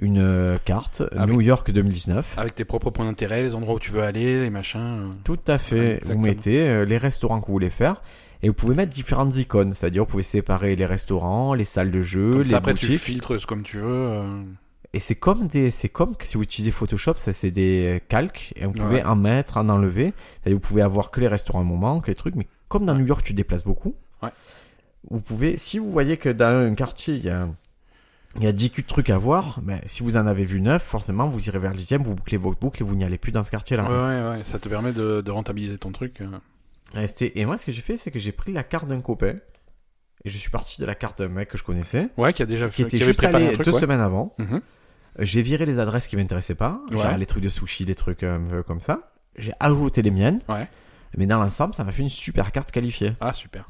S1: une euh, carte
S2: Ah oui.
S1: New York 2019.
S2: Avec tes propres points d'intérêt, les endroits où tu veux aller, les machins. euh.
S1: Tout à
S2: Ouais,
S1: fait. vous
S2: exactement.
S1: mettez euh, les restaurants que vous voulez faire et vous pouvez mettre différentes icônes. C'est-à-dire, vous pouvez séparer les restaurants, les salles de jeu,
S2: Comme
S1: les
S2: ça, après, tu
S1: boutiques.
S2: filtres ce comme tu veux. euh.
S1: Et c'est comme des, c'est comme que si vous utilisez Photoshop, ça c'est des euh, calques et vous pouvez
S2: Ouais.
S1: en mettre, en enlever. Et vous pouvez avoir que les restaurants à un moment, que les trucs. Mais comme dans New York, tu te déplaces beaucoup.
S2: Ouais.
S1: Vous pouvez, si vous voyez que dans un quartier il y a, il y a 10 culs de trucs à voir, ben, si vous en avez vu 9, forcément vous irez vers le dixième, vous bouclez votre boucle et vous n'y allez plus dans ce quartier-là.
S2: Ouais, ouais, ouais. Ça te permet de, de rentabiliser ton truc. euh.
S1: Ouais, c'était- Et moi, ce que j'ai fait, c'est que j'ai pris la carte d'un copain et je suis parti de la carte d'un mec que je connaissais,
S2: Ouais, qui a déjà
S1: qui
S2: fait,
S1: était
S2: avait
S1: juste
S2: préparé
S1: allé
S2: un truc.
S1: deux
S2: ouais.
S1: semaines avant.
S2: Mhm.
S1: J'ai viré les adresses qui m'intéressaient pas, genre
S2: Ouais.
S1: les trucs de sushi, les trucs euh, un peu comme ça. J'ai ajouté les miennes.
S2: Ouais.
S1: Mais dans l'ensemble, ça m'a fait une super carte qualifiée.
S2: Ah, super.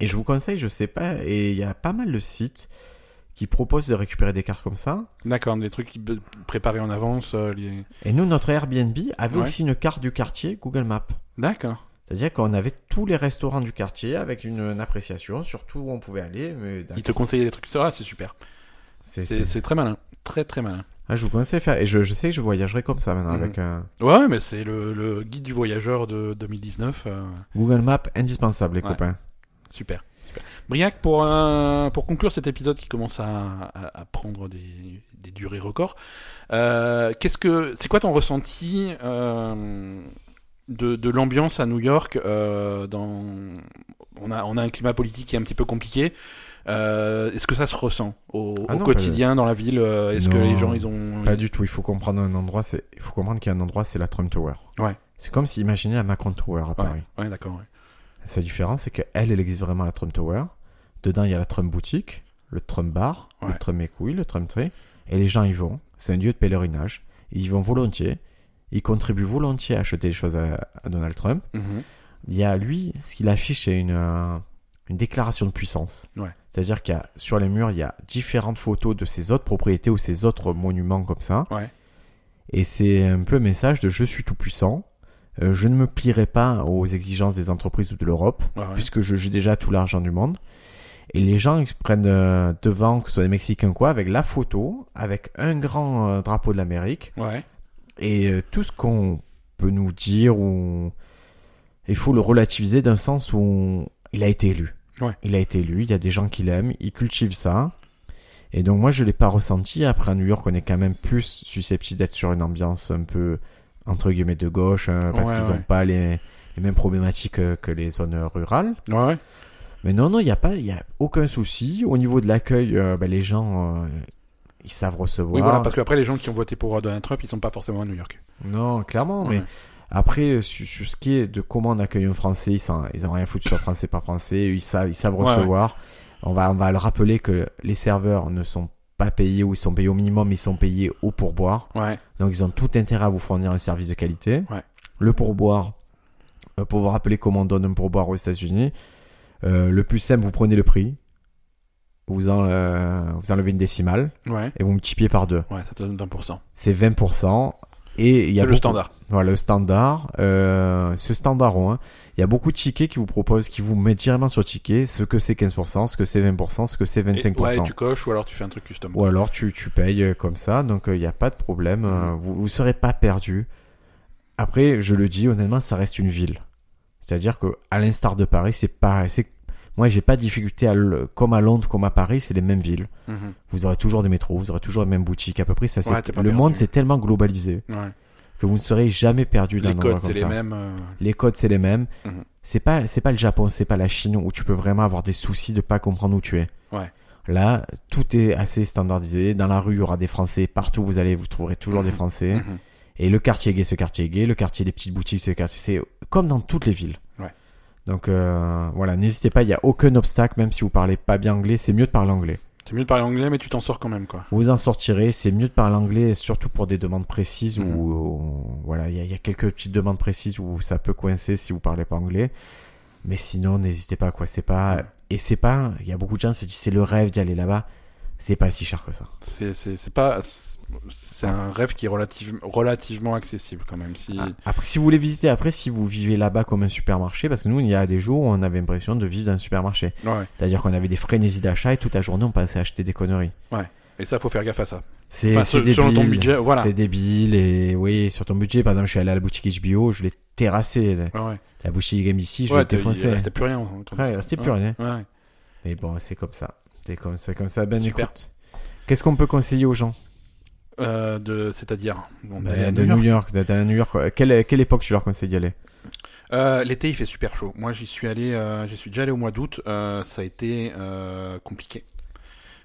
S1: Et je vous conseille, je sais pas, et il y a pas mal de sites qui proposent de récupérer des cartes comme ça.
S2: D'accord, des trucs qui- préparés en avance. euh, les-
S1: Et nous, notre Airbnb avait
S2: Ouais.
S1: aussi une carte du quartier Google Maps.
S2: D'accord.
S1: C'est-à-dire qu'on avait tous les restaurants du quartier avec une, une appréciation sur tout où on pouvait aller. Mais dans-
S2: Ils te conseillaient des trucs. Ça, ah, c'est super.
S1: c'est-
S2: C'est
S1: c'est-
S2: c'est très malin. Très, très malin.
S1: Ah, je vous conseille de faire. Et je, je sais que je voyagerai comme ça maintenant
S2: Mhm.
S1: avec euh, un
S2: Ouais, mais c'est le, le guide du voyageur de 2019. euh,
S1: Google Maps indispensable, les
S2: Ouais.
S1: copains.
S2: Super. super. Briac, pour, euh, pour conclure cet épisode qui commence à, à- à prendre des, des durées records, euh, qu'est-ce que c'est quoi ton ressenti euh, de, de l'ambiance à New York euh, dans, on, a, on a un climat politique qui est un petit peu compliqué. Euh, Est-ce que ça se ressent au,
S1: Ah
S2: au
S1: non,
S2: quotidien dans la ville euh, Est-ce que
S1: Non.
S2: les gens ils ont
S1: Pas du tout. Il faut comprendre un endroit. C'est il faut comprendre qu'il y a un endroit, c'est la Trump Tower.
S2: Ouais.
S1: C'est comme si imaginez la Macron Tower à
S2: Ouais,
S1: Paris.
S2: ouais, d'accord. ouais.
S1: La seule différence, c'est qu'elle, elle existe vraiment la Trump Tower. Dedans, il y a la Trump boutique, le Trump bar,
S2: Ouais.
S1: le Trump écouille, le Trump tree. Et les gens y vont. C'est un lieu de pèlerinage. Ils y vont volontiers. Ils contribuent volontiers à acheter des choses à, à Donald Trump.
S2: Mhm.
S1: Il y a lui, ce qu'il affiche, c'est une, euh, une déclaration de puissance.
S2: Ouais.
S1: C'est-à-dire qu'il y a sur les murs, il y a différentes photos de ses autres propriétés ou ses autres monuments comme ça.
S2: Ouais.
S1: Et c'est un peu un message de je suis tout puissant, euh, je ne me plierai pas aux exigences des entreprises ou de l'Europe,
S2: Ouais, ouais.
S1: puisque je- j'ai déjà tout l'argent du monde. Et les gens, ils se prennent euh, devant, que ce soit des Mexicains ou quoi, avec la photo, avec un grand euh, drapeau de l'Amérique,
S2: Ouais.
S1: et euh, tout ce qu'on peut nous dire, ou... il faut le relativiser d'un sens où on- il a été élu.
S2: Ouais.
S1: Il a été élu, il y a des gens qui l'aiment, ils cultivent ça. Et donc moi, je l'ai pas ressenti. Après, à New York, on est quand même plus susceptible d'être sur une ambiance un peu, entre guillemets, de gauche, hein, parce
S2: Ouais,
S1: qu'ils
S2: ouais.
S1: ont pas les, les mêmes problématiques euh, que les zones rurales.
S2: Ouais, ouais.
S1: Mais non, non, il n'y a pas, il y a aucun souci. Au niveau de l'accueil, euh, bah, les gens, euh, ils savent recevoir.
S2: Oui, voilà, parce qu'après, les gens qui ont voté pour euh, Donald Trump, ils sont pas forcément à New York.
S1: Non, clairement,
S2: Ouais.
S1: mais après, euh, sur, sur ce qui est de comment on accueille un Français, ils s'en- ils ont rien foutu sur français par français, ils savent, ils savent
S2: Ouais, ouais.
S1: recevoir. On va, on va le rappeler que les serveurs ne sont pas payés ou ils sont payés au minimum, mais ils sont payés au pourboire.
S2: Ouais.
S1: Donc ils ont tout intérêt à vous fournir un service de qualité.
S2: Ouais.
S1: Le pourboire, euh, pour vous rappeler comment on donne un pourboire aux États-Unis, euh, le plus simple, vous prenez le prix, vous, en, euh, vous enlevez une décimale
S2: Ouais,
S1: et vous multipliez par deux.
S2: ouais, ça te donne 20%.
S1: C'est 20%. Et il y a
S2: C'est le
S1: beaucoup-
S2: standard.
S1: voilà, le standard. Euh, ce standard, hein, il y a beaucoup de tickets qui vous proposent, qui vous mettent directement sur ticket ce que c'est 15%, ce que c'est 20%, ce que c'est
S2: Et-
S1: 25%.
S2: ouais, tu coches ou alors tu fais un truc custom.
S1: Ou alors tu, tu payes euh, comme ça, donc euh, il n'y a pas de problème, euh,
S2: Mm-hmm.
S1: vous vous serez pas perdu. Après, je le dis honnêtement, ça reste une ville. C'est-à-dire que à l'instar de Paris, c'est pas... c'est- Moi, j'ai pas de difficulté, à le- comme à Londres, comme à Paris, c'est les mêmes villes.
S2: Mhm.
S1: Vous aurez toujours des métros, vous aurez toujours les mêmes boutiques, à peu près. Ça, c'est-
S2: Ouais, t'es pas
S1: le
S2: perdu.
S1: monde, c'est tellement globalisé
S2: Ouais.
S1: que vous ne serez jamais perdu dans
S2: Les
S1: un endroit
S2: codes,
S1: comme
S2: c'est les
S1: ça.
S2: mêmes. euh,
S1: Les codes, c'est les mêmes.
S2: Mhm.
S1: C'est pas, c'est pas le Japon, c'est pas la Chine où tu peux vraiment avoir des soucis de pas comprendre où tu es.
S2: Ouais.
S1: Là, tout est assez standardisé. Dans la rue, il y aura des Français. Partout où vous allez, vous trouverez toujours des Français.
S2: mhm.
S1: Et le quartier gay, ce quartier gay. Le quartier des petites boutiques, ce quartier. C'est comme dans toutes les villes.
S2: Ouais.
S1: Donc euh, voilà, n'hésitez pas. Il y a aucun obstacle, même si vous parlez pas bien anglais. C'est mieux de parler anglais.
S2: C'est mieux de parler anglais, mais tu t'en sors quand même, quoi.
S1: Vous en sortirez. C'est mieux de parler anglais, surtout pour des demandes précises
S2: Mhm.
S1: où, où- voilà, il y, a- il y a quelques petites demandes précises où ça peut coincer si vous parlez pas anglais. Mais sinon, n'hésitez pas, quoi. C'est pas, et c'est pas, il y a beaucoup de gens qui se disent c'est le rêve d'y aller là-bas. C'est pas si cher que ça.
S2: C'est, c'est, c'est pas. C'est un rêve qui est relative- relativement accessible quand même. Si...
S1: Ah, Après, si vous voulez visiter, après, si vous vivez là-bas comme un supermarché, parce que nous, il y a des jours où on avait l'impression de vivre dans un supermarché.
S2: Ouais.
S1: C'est-à-dire qu'on avait des frénésies d'achat et toute la journée, on passait à acheter des conneries.
S2: Et ça, faut faire gaffe à ça.
S1: C'est
S2: Enfin,
S1: c'est
S2: se- selon ton
S1: débile.
S2: budget, voilà.
S1: C'est débile et oui, sur ton budget, par exemple, je suis allé à la boutique HBO, je l'ai terrassé. La,
S2: Ouais, ouais.
S1: la boutique Gamici, je
S2: Ouais,
S1: l'ai
S2: t'as- il
S1: défoncé.
S2: restait plus rien. hein, quand
S1: Ouais,
S2: c'est-
S1: il restait plus rien.
S2: Ouais, ouais.
S1: Mais bon, c'est comme ça. C'est comme ça, comme ça. Ben
S2: Super.
S1: écoute, qu'est-ce qu'on peut conseiller aux gens
S2: Euh, de, c'est-à-dire, on
S1: Ben,
S2: est à
S1: De
S2: New
S1: New York,
S2: York.
S1: d'être à New York. quoi. Quelle, quelle époque tu leur conseilles d'y aller
S2: Euh, l'été, il fait super chaud. Moi, j'y suis allé, euh, j'y suis déjà allé au mois d'août. euh, ça a été euh, compliqué.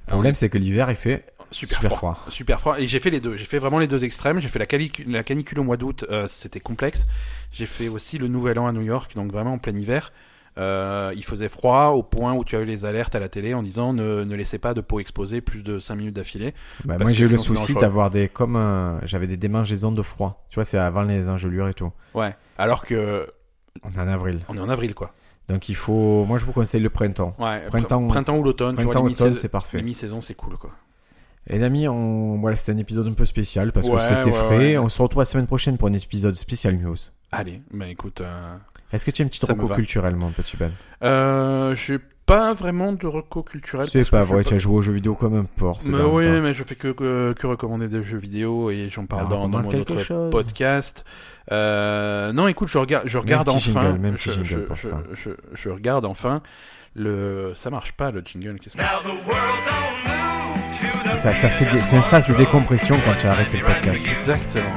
S1: Le problème, c'est que l'hiver, il fait
S2: Euh,
S1: super,
S2: super, froid.
S1: froid.
S2: Super froid. Et j'ai fait les deux. J'ai fait vraiment les deux extrêmes. J'ai fait la, calicu- la canicule au mois d'août, euh, c'était complexe. J'ai fait aussi le Nouvel An à New York, donc vraiment en plein hiver. Euh, il faisait froid au point où tu avais les alertes à la télé en disant ne, ne laissez pas de peau exposée plus de 5 minutes d'affilée.
S1: Bah,
S2: Parce
S1: moi
S2: que
S1: j'ai eu le
S2: sinon, c'est
S1: souci
S2: dangereux.
S1: d'avoir des comme euh, j'avais des démangeaisons de froid. Tu vois, c'est avant les engelures et tout.
S2: Ouais. Alors que
S1: On est en avril.
S2: on est en avril quoi.
S1: Donc il faut moi je vous conseille le printemps.
S2: Ouais. pr-
S1: Printemps-
S2: printemps ou l'automne. tu vois,
S1: Printemps
S2: les
S1: automne,
S2: mi-sais-
S1: c'est parfait.
S2: Les mi-saisons, c'est cool quoi.
S1: Les amis, on voilà, c'était un épisode un peu spécial parce que
S2: Ouais,
S1: c'était
S2: ouais,
S1: frais.
S2: ouais.
S1: On se retrouve la semaine prochaine pour un épisode spécial news.
S2: Allez, bah écoute. euh,
S1: Est-ce que tu as une petite
S2: Ça me
S1: reco
S2: va.
S1: culturelle, mon petit Ben
S2: Euh, j'ai pas vraiment de recours culturel.
S1: C'est
S2: parce
S1: pas
S2: que je
S1: vrai,
S2: suis
S1: tu as joué aux jeux vidéo comme un porc. ces
S2: Mais
S1: derniers
S2: oui,
S1: temps.
S2: mais je fais que, que, que recommander des jeux vidéo et j'en parle
S1: Alors,
S2: dans, dans
S1: recommande
S2: mon
S1: Ah, quelque
S2: autre
S1: chose.
S2: podcast. Euh, non, écoute, je regarde, je regarde
S1: petit
S2: enfin.
S1: jingle, même petit
S2: je, je-
S1: jingle pour
S2: je-
S1: ça.
S2: je- je regarde enfin le. Ça marche pas le jingle. Qu'est-ce que-
S1: Ça, ça fait des... c'est ça, c'est décompression quand tu as arrêté le podcast.
S2: Exactement.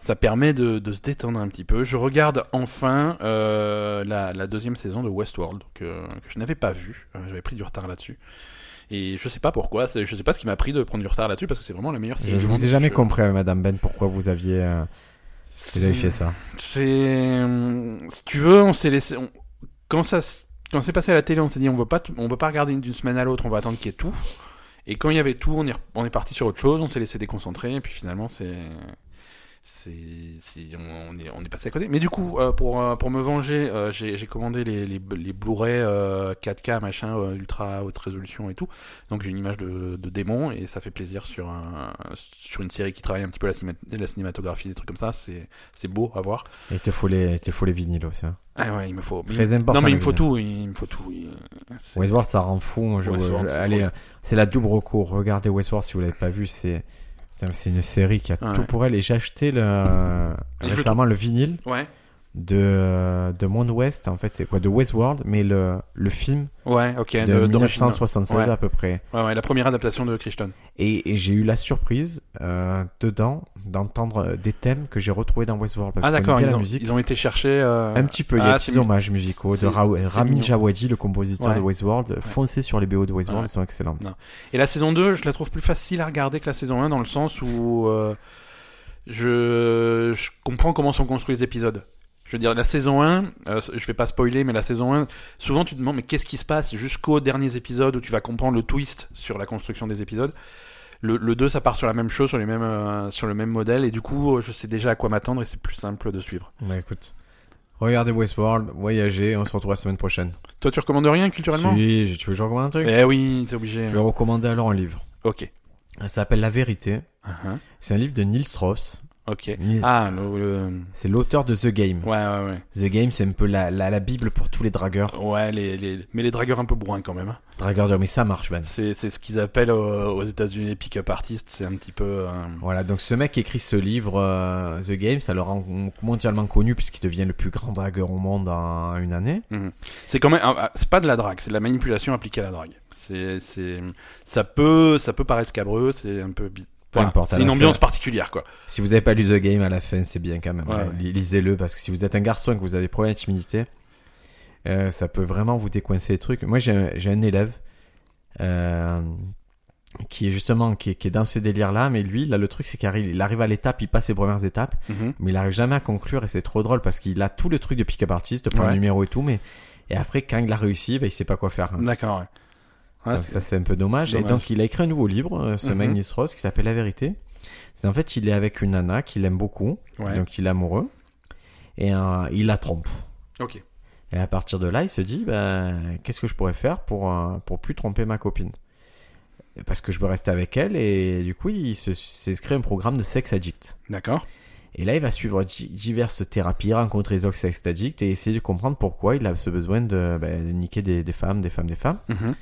S2: Ça permet de, de se détendre un petit peu. Je regarde enfin euh, la, la deuxième saison de Westworld que, que je n'avais pas vue. Euh, J'avais pris du retard là-dessus. Et je sais pas pourquoi. c'est- Je sais pas ce qui m'a pris de prendre du retard là-dessus parce que c'est vraiment la meilleure
S1: Je
S2: saison.
S1: ne
S2: du
S1: vous
S2: monde.
S1: ai jamais
S2: Je-
S1: compris, euh, Madame Ben, pourquoi vous aviez, euh, vous avez fait ça.
S2: C'est, hum, si tu veux, on s'est laissé. on- Quand ça, s- quand c'est passé à la télé, on s'est dit on veut pas, t- on veut pas regarder d'une semaine à l'autre, on va attendre qu'il y ait tout. Et quand il y avait tout, on est, re- on est parti sur autre chose, on s'est laissé déconcentrer, et puis finalement c'est, c'est, c'est- on, on est, on est passé à côté. Mais du coup, euh, pour euh, pour me venger, euh, j'ai j'ai commandé les les, les Blu-ray euh, 4K machin euh, ultra haute résolution et tout. Donc j'ai une image de, de démon et ça fait plaisir sur un sur une série qui travaille un petit peu la, cinéma- la cinématographie, des trucs comme ça. C'est c'est beau à voir.
S1: Et il te faut les, il te faut les vinyles aussi. hein.
S2: Ah ouais, il me faut.
S1: Très
S2: il-
S1: important,
S2: Non, mais il
S1: le
S2: me faut
S1: vinyle.
S2: tout. Il me faut tout. il- c'est-
S1: Westworld, ça rend fou. moi, je-
S2: Westworld,
S1: je-
S2: c'est
S1: allez,
S2: trop
S1: euh, c'est la double recours. Regardez Westworld si vous l'avez pas vu. C'est putain, c'est une série qui a
S2: Ouais.
S1: tout pour elle. Et j'ai acheté le,
S2: Et je le
S1: récemment le vinyle
S2: Ouais.
S1: de de Monde West. En fait, c'est quoi de Westworld, mais le le film
S2: Ouais, ok.
S1: de,
S2: de- d'origine.
S1: 1976
S2: Ouais.
S1: à peu près.
S2: Ouais, ouais, la première adaptation de Christian.
S1: Et, et j'ai eu la surprise euh, dedans d'entendre euh, des thèmes que j'ai retrouvés dans Westworld. Parce
S2: Ah
S1: que je
S2: d'accord,
S1: connais
S2: ils,
S1: bien
S2: ont-
S1: la musique.
S2: ils ont été chercher. euh,
S1: Un petit peu, il y a
S2: ah,
S1: des
S2: c'est
S1: petits
S2: mignon.
S1: hommages musicaux de
S2: C'est-
S1: Ra-
S2: c'est
S1: Ramin
S2: mignon.
S1: Djawadi, le compositeur
S2: Ouais.
S1: de Westworld. Foncez sur les BO de Westworld,
S2: Ouais.
S1: elles sont excellentes.
S2: Non. Et la saison 2, je la trouve plus facile à regarder que la saison 1 dans le sens où euh, je, je comprends comment sont construits les épisodes. Je veux dire, la saison 1, euh, je vais pas spoiler, mais la saison 1, souvent tu te demandes, mais qu'est-ce qui se passe jusqu'aux derniers épisodes où tu vas comprendre le twist sur la construction des épisodes. Le, le 2, ça part sur la même chose, sur, les mêmes, euh, sur le même modèle, et du coup, euh, je sais déjà à quoi m'attendre et c'est plus simple de suivre.
S1: Bah écoute, regardez Westworld, voyagez, on se retrouve la semaine prochaine.
S2: Toi, tu recommandes rien culturellement
S1: Si, je- tu veux que je recommande un truc
S2: Eh oui, t'es obligé.
S1: Je vais recommander alors un livre.
S2: Ok.
S1: Ça s'appelle La Vérité.
S2: Uh-huh.
S1: C'est un livre de Neil Strauss.
S2: Ok.
S1: Neil-
S2: Ah, le. le-
S1: C'est l'auteur de The Game.
S2: Ouais, ouais, ouais.
S1: The Game, c'est un peu la, la, la Bible pour tous les dragueurs.
S2: Ouais, les, les... mais les dragueurs un peu bourrins quand même. hein.
S1: Dragueurs de mais ça marche, Ben.
S2: C'est, c'est ce qu'ils appellent euh, aux États-Unis les pick-up artistes. C'est un petit peu. euh,
S1: Voilà, donc ce mec qui écrit ce livre, euh, The Game, ça le rend mondialement connu puisqu'il devient le plus grand dragueur au monde en une année.
S2: C'est quand même. un- ah, C'est pas de la drague, c'est de la manipulation appliquée à la drague. C'est, c'est... Ça, peut, ça peut paraître scabreux, c'est un peu. bi-
S1: Peu
S2: Voilà,
S1: importe, à
S2: c'est une
S1: la
S2: ambiance
S1: fin.
S2: particulière, quoi.
S1: Si vous n'avez pas lu The Game à la fin, c'est bien quand même.
S2: Ouais,
S1: hein.
S2: ouais.
S1: Li- Lisez-le parce que si vous êtes un garçon et que vous avez des problèmes de timidité, euh, ça peut vraiment vous décoincer les trucs. Moi, j'ai un, j'ai un élève euh, qui est justement qui est, qui est dans ces délires-là, mais lui, là, le truc, c'est qu'il arrive, il arrive à l'étape, il passe ses premières étapes,
S2: Mhm.
S1: mais il arrive jamais à conclure et c'est trop drôle parce qu'il a tout le truc de pick-up artiste, de prendre
S2: Ouais.
S1: le numéro et tout, mais et après, quand il a réussi, ben, il sait pas quoi faire.
S2: D'accord, ouais. Ah,
S1: donc
S2: c'est-
S1: ça c'est un peu dommage.
S2: c'est
S1: Et
S2: dommage.
S1: donc il a écrit un nouveau livre, euh, ce
S2: Mhm.
S1: Magnus Ross, qui s'appelle La Vérité. C'est en fait il est avec une nana qu'il aime beaucoup,
S2: ouais.
S1: donc il est amoureux, et euh, il la trompe.
S2: Ok.
S1: Et à partir de là, il se dit, ben, qu'est-ce que je pourrais faire pour euh, pour plus tromper ma copine Parce que je veux rester avec elle, et du coup il se- s'inscrit à un programme de sex addict.
S2: D'accord.
S1: Et là, il va suivre di- diverses thérapies, rencontrer les ox sex addicts et essayer de comprendre pourquoi il a ce besoin de, ben, de niquer des, des femmes, des femmes, des femmes.
S2: Mhm.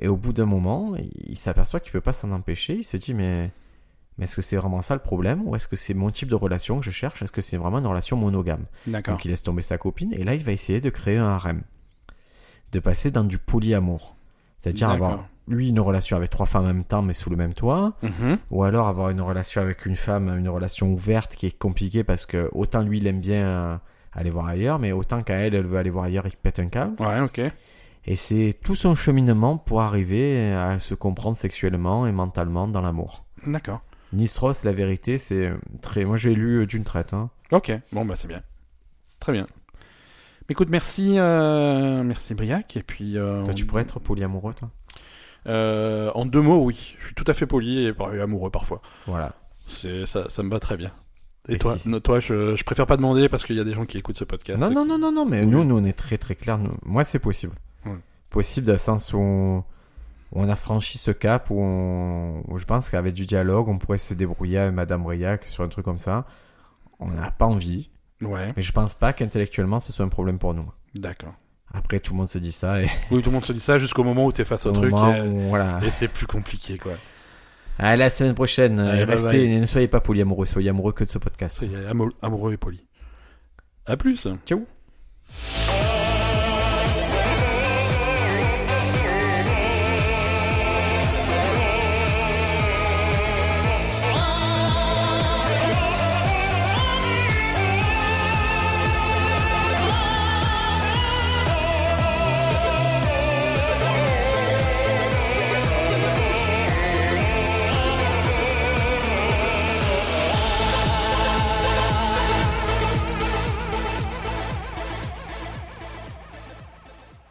S1: Et au bout d'un moment, il il s'aperçoit qu'il peut pas s'en empêcher. Il se dit mais, mais est-ce que c'est vraiment ça le problème ou est-ce que c'est mon type de relation que je cherche Est-ce que c'est vraiment une relation monogame
S2: D'accord.
S1: Donc il laisse tomber sa copine et là il va essayer de créer un harem, de passer dans du polyamour, c'est-à-dire
S2: D'accord.
S1: avoir lui une relation avec trois femmes en même temps mais sous le même toit,
S2: Mhm.
S1: ou alors avoir une relation avec une femme, une relation ouverte qui est compliquée parce que autant lui il aime bien euh, aller voir ailleurs, mais autant qu'à elle elle veut aller voir ailleurs, il pète un câble.
S2: Ouais, ok.
S1: Et c'est tout son cheminement pour arriver à se comprendre sexuellement et mentalement dans l'amour.
S2: D'accord.
S1: Nisros, la vérité, c'est très. Moi j'ai lu euh, d'une traite. hein.
S2: Ok, bon bah c'est bien. Très bien. Mais Écoute, merci, euh, merci Briac. Et puis, euh,
S1: Toi,
S2: en-
S1: tu pourrais être polyamoureux, toi
S2: euh, en deux mots, oui. Je suis tout à fait poli et par- et amoureux parfois.
S1: Voilà.
S2: C'est ça, ça me va très bien. Et,
S1: Et
S2: toi,
S1: si-
S2: no- toi, je, je préfère pas demander parce qu'il y a des gens qui écoutent ce podcast.
S1: Non,
S2: et
S1: non,
S2: qui-
S1: non, non, non, mais
S2: Oui.
S1: nous, nous on est très très clair. Nous- Moi c'est possible.
S2: Ouais.
S1: Possible dans le sens où on, où on a franchi ce cap, où, on- où je pense qu'avec du dialogue, on pourrait se débrouiller avec Madame Briac sur un truc comme ça. On n'a pas envie,
S2: Ouais,
S1: mais je pense pas qu'intellectuellement ce soit un problème pour nous.
S2: d'accord.
S1: Après, tout le monde se dit ça et
S2: Oui, tout le monde se dit ça jusqu'au moment où t'es face au
S1: au
S2: truc
S1: moment
S2: et,
S1: où- voilà.
S2: et c'est plus compliqué, quoi.
S1: À la semaine prochaine.
S2: Allez,
S1: euh,
S2: bye
S1: restez,
S2: bye.
S1: ne soyez pas polyamoureux, soyez amoureux que de ce podcast.
S2: C'est amo- amoureux et poli. À plus.
S1: Ciao.
S3: Oh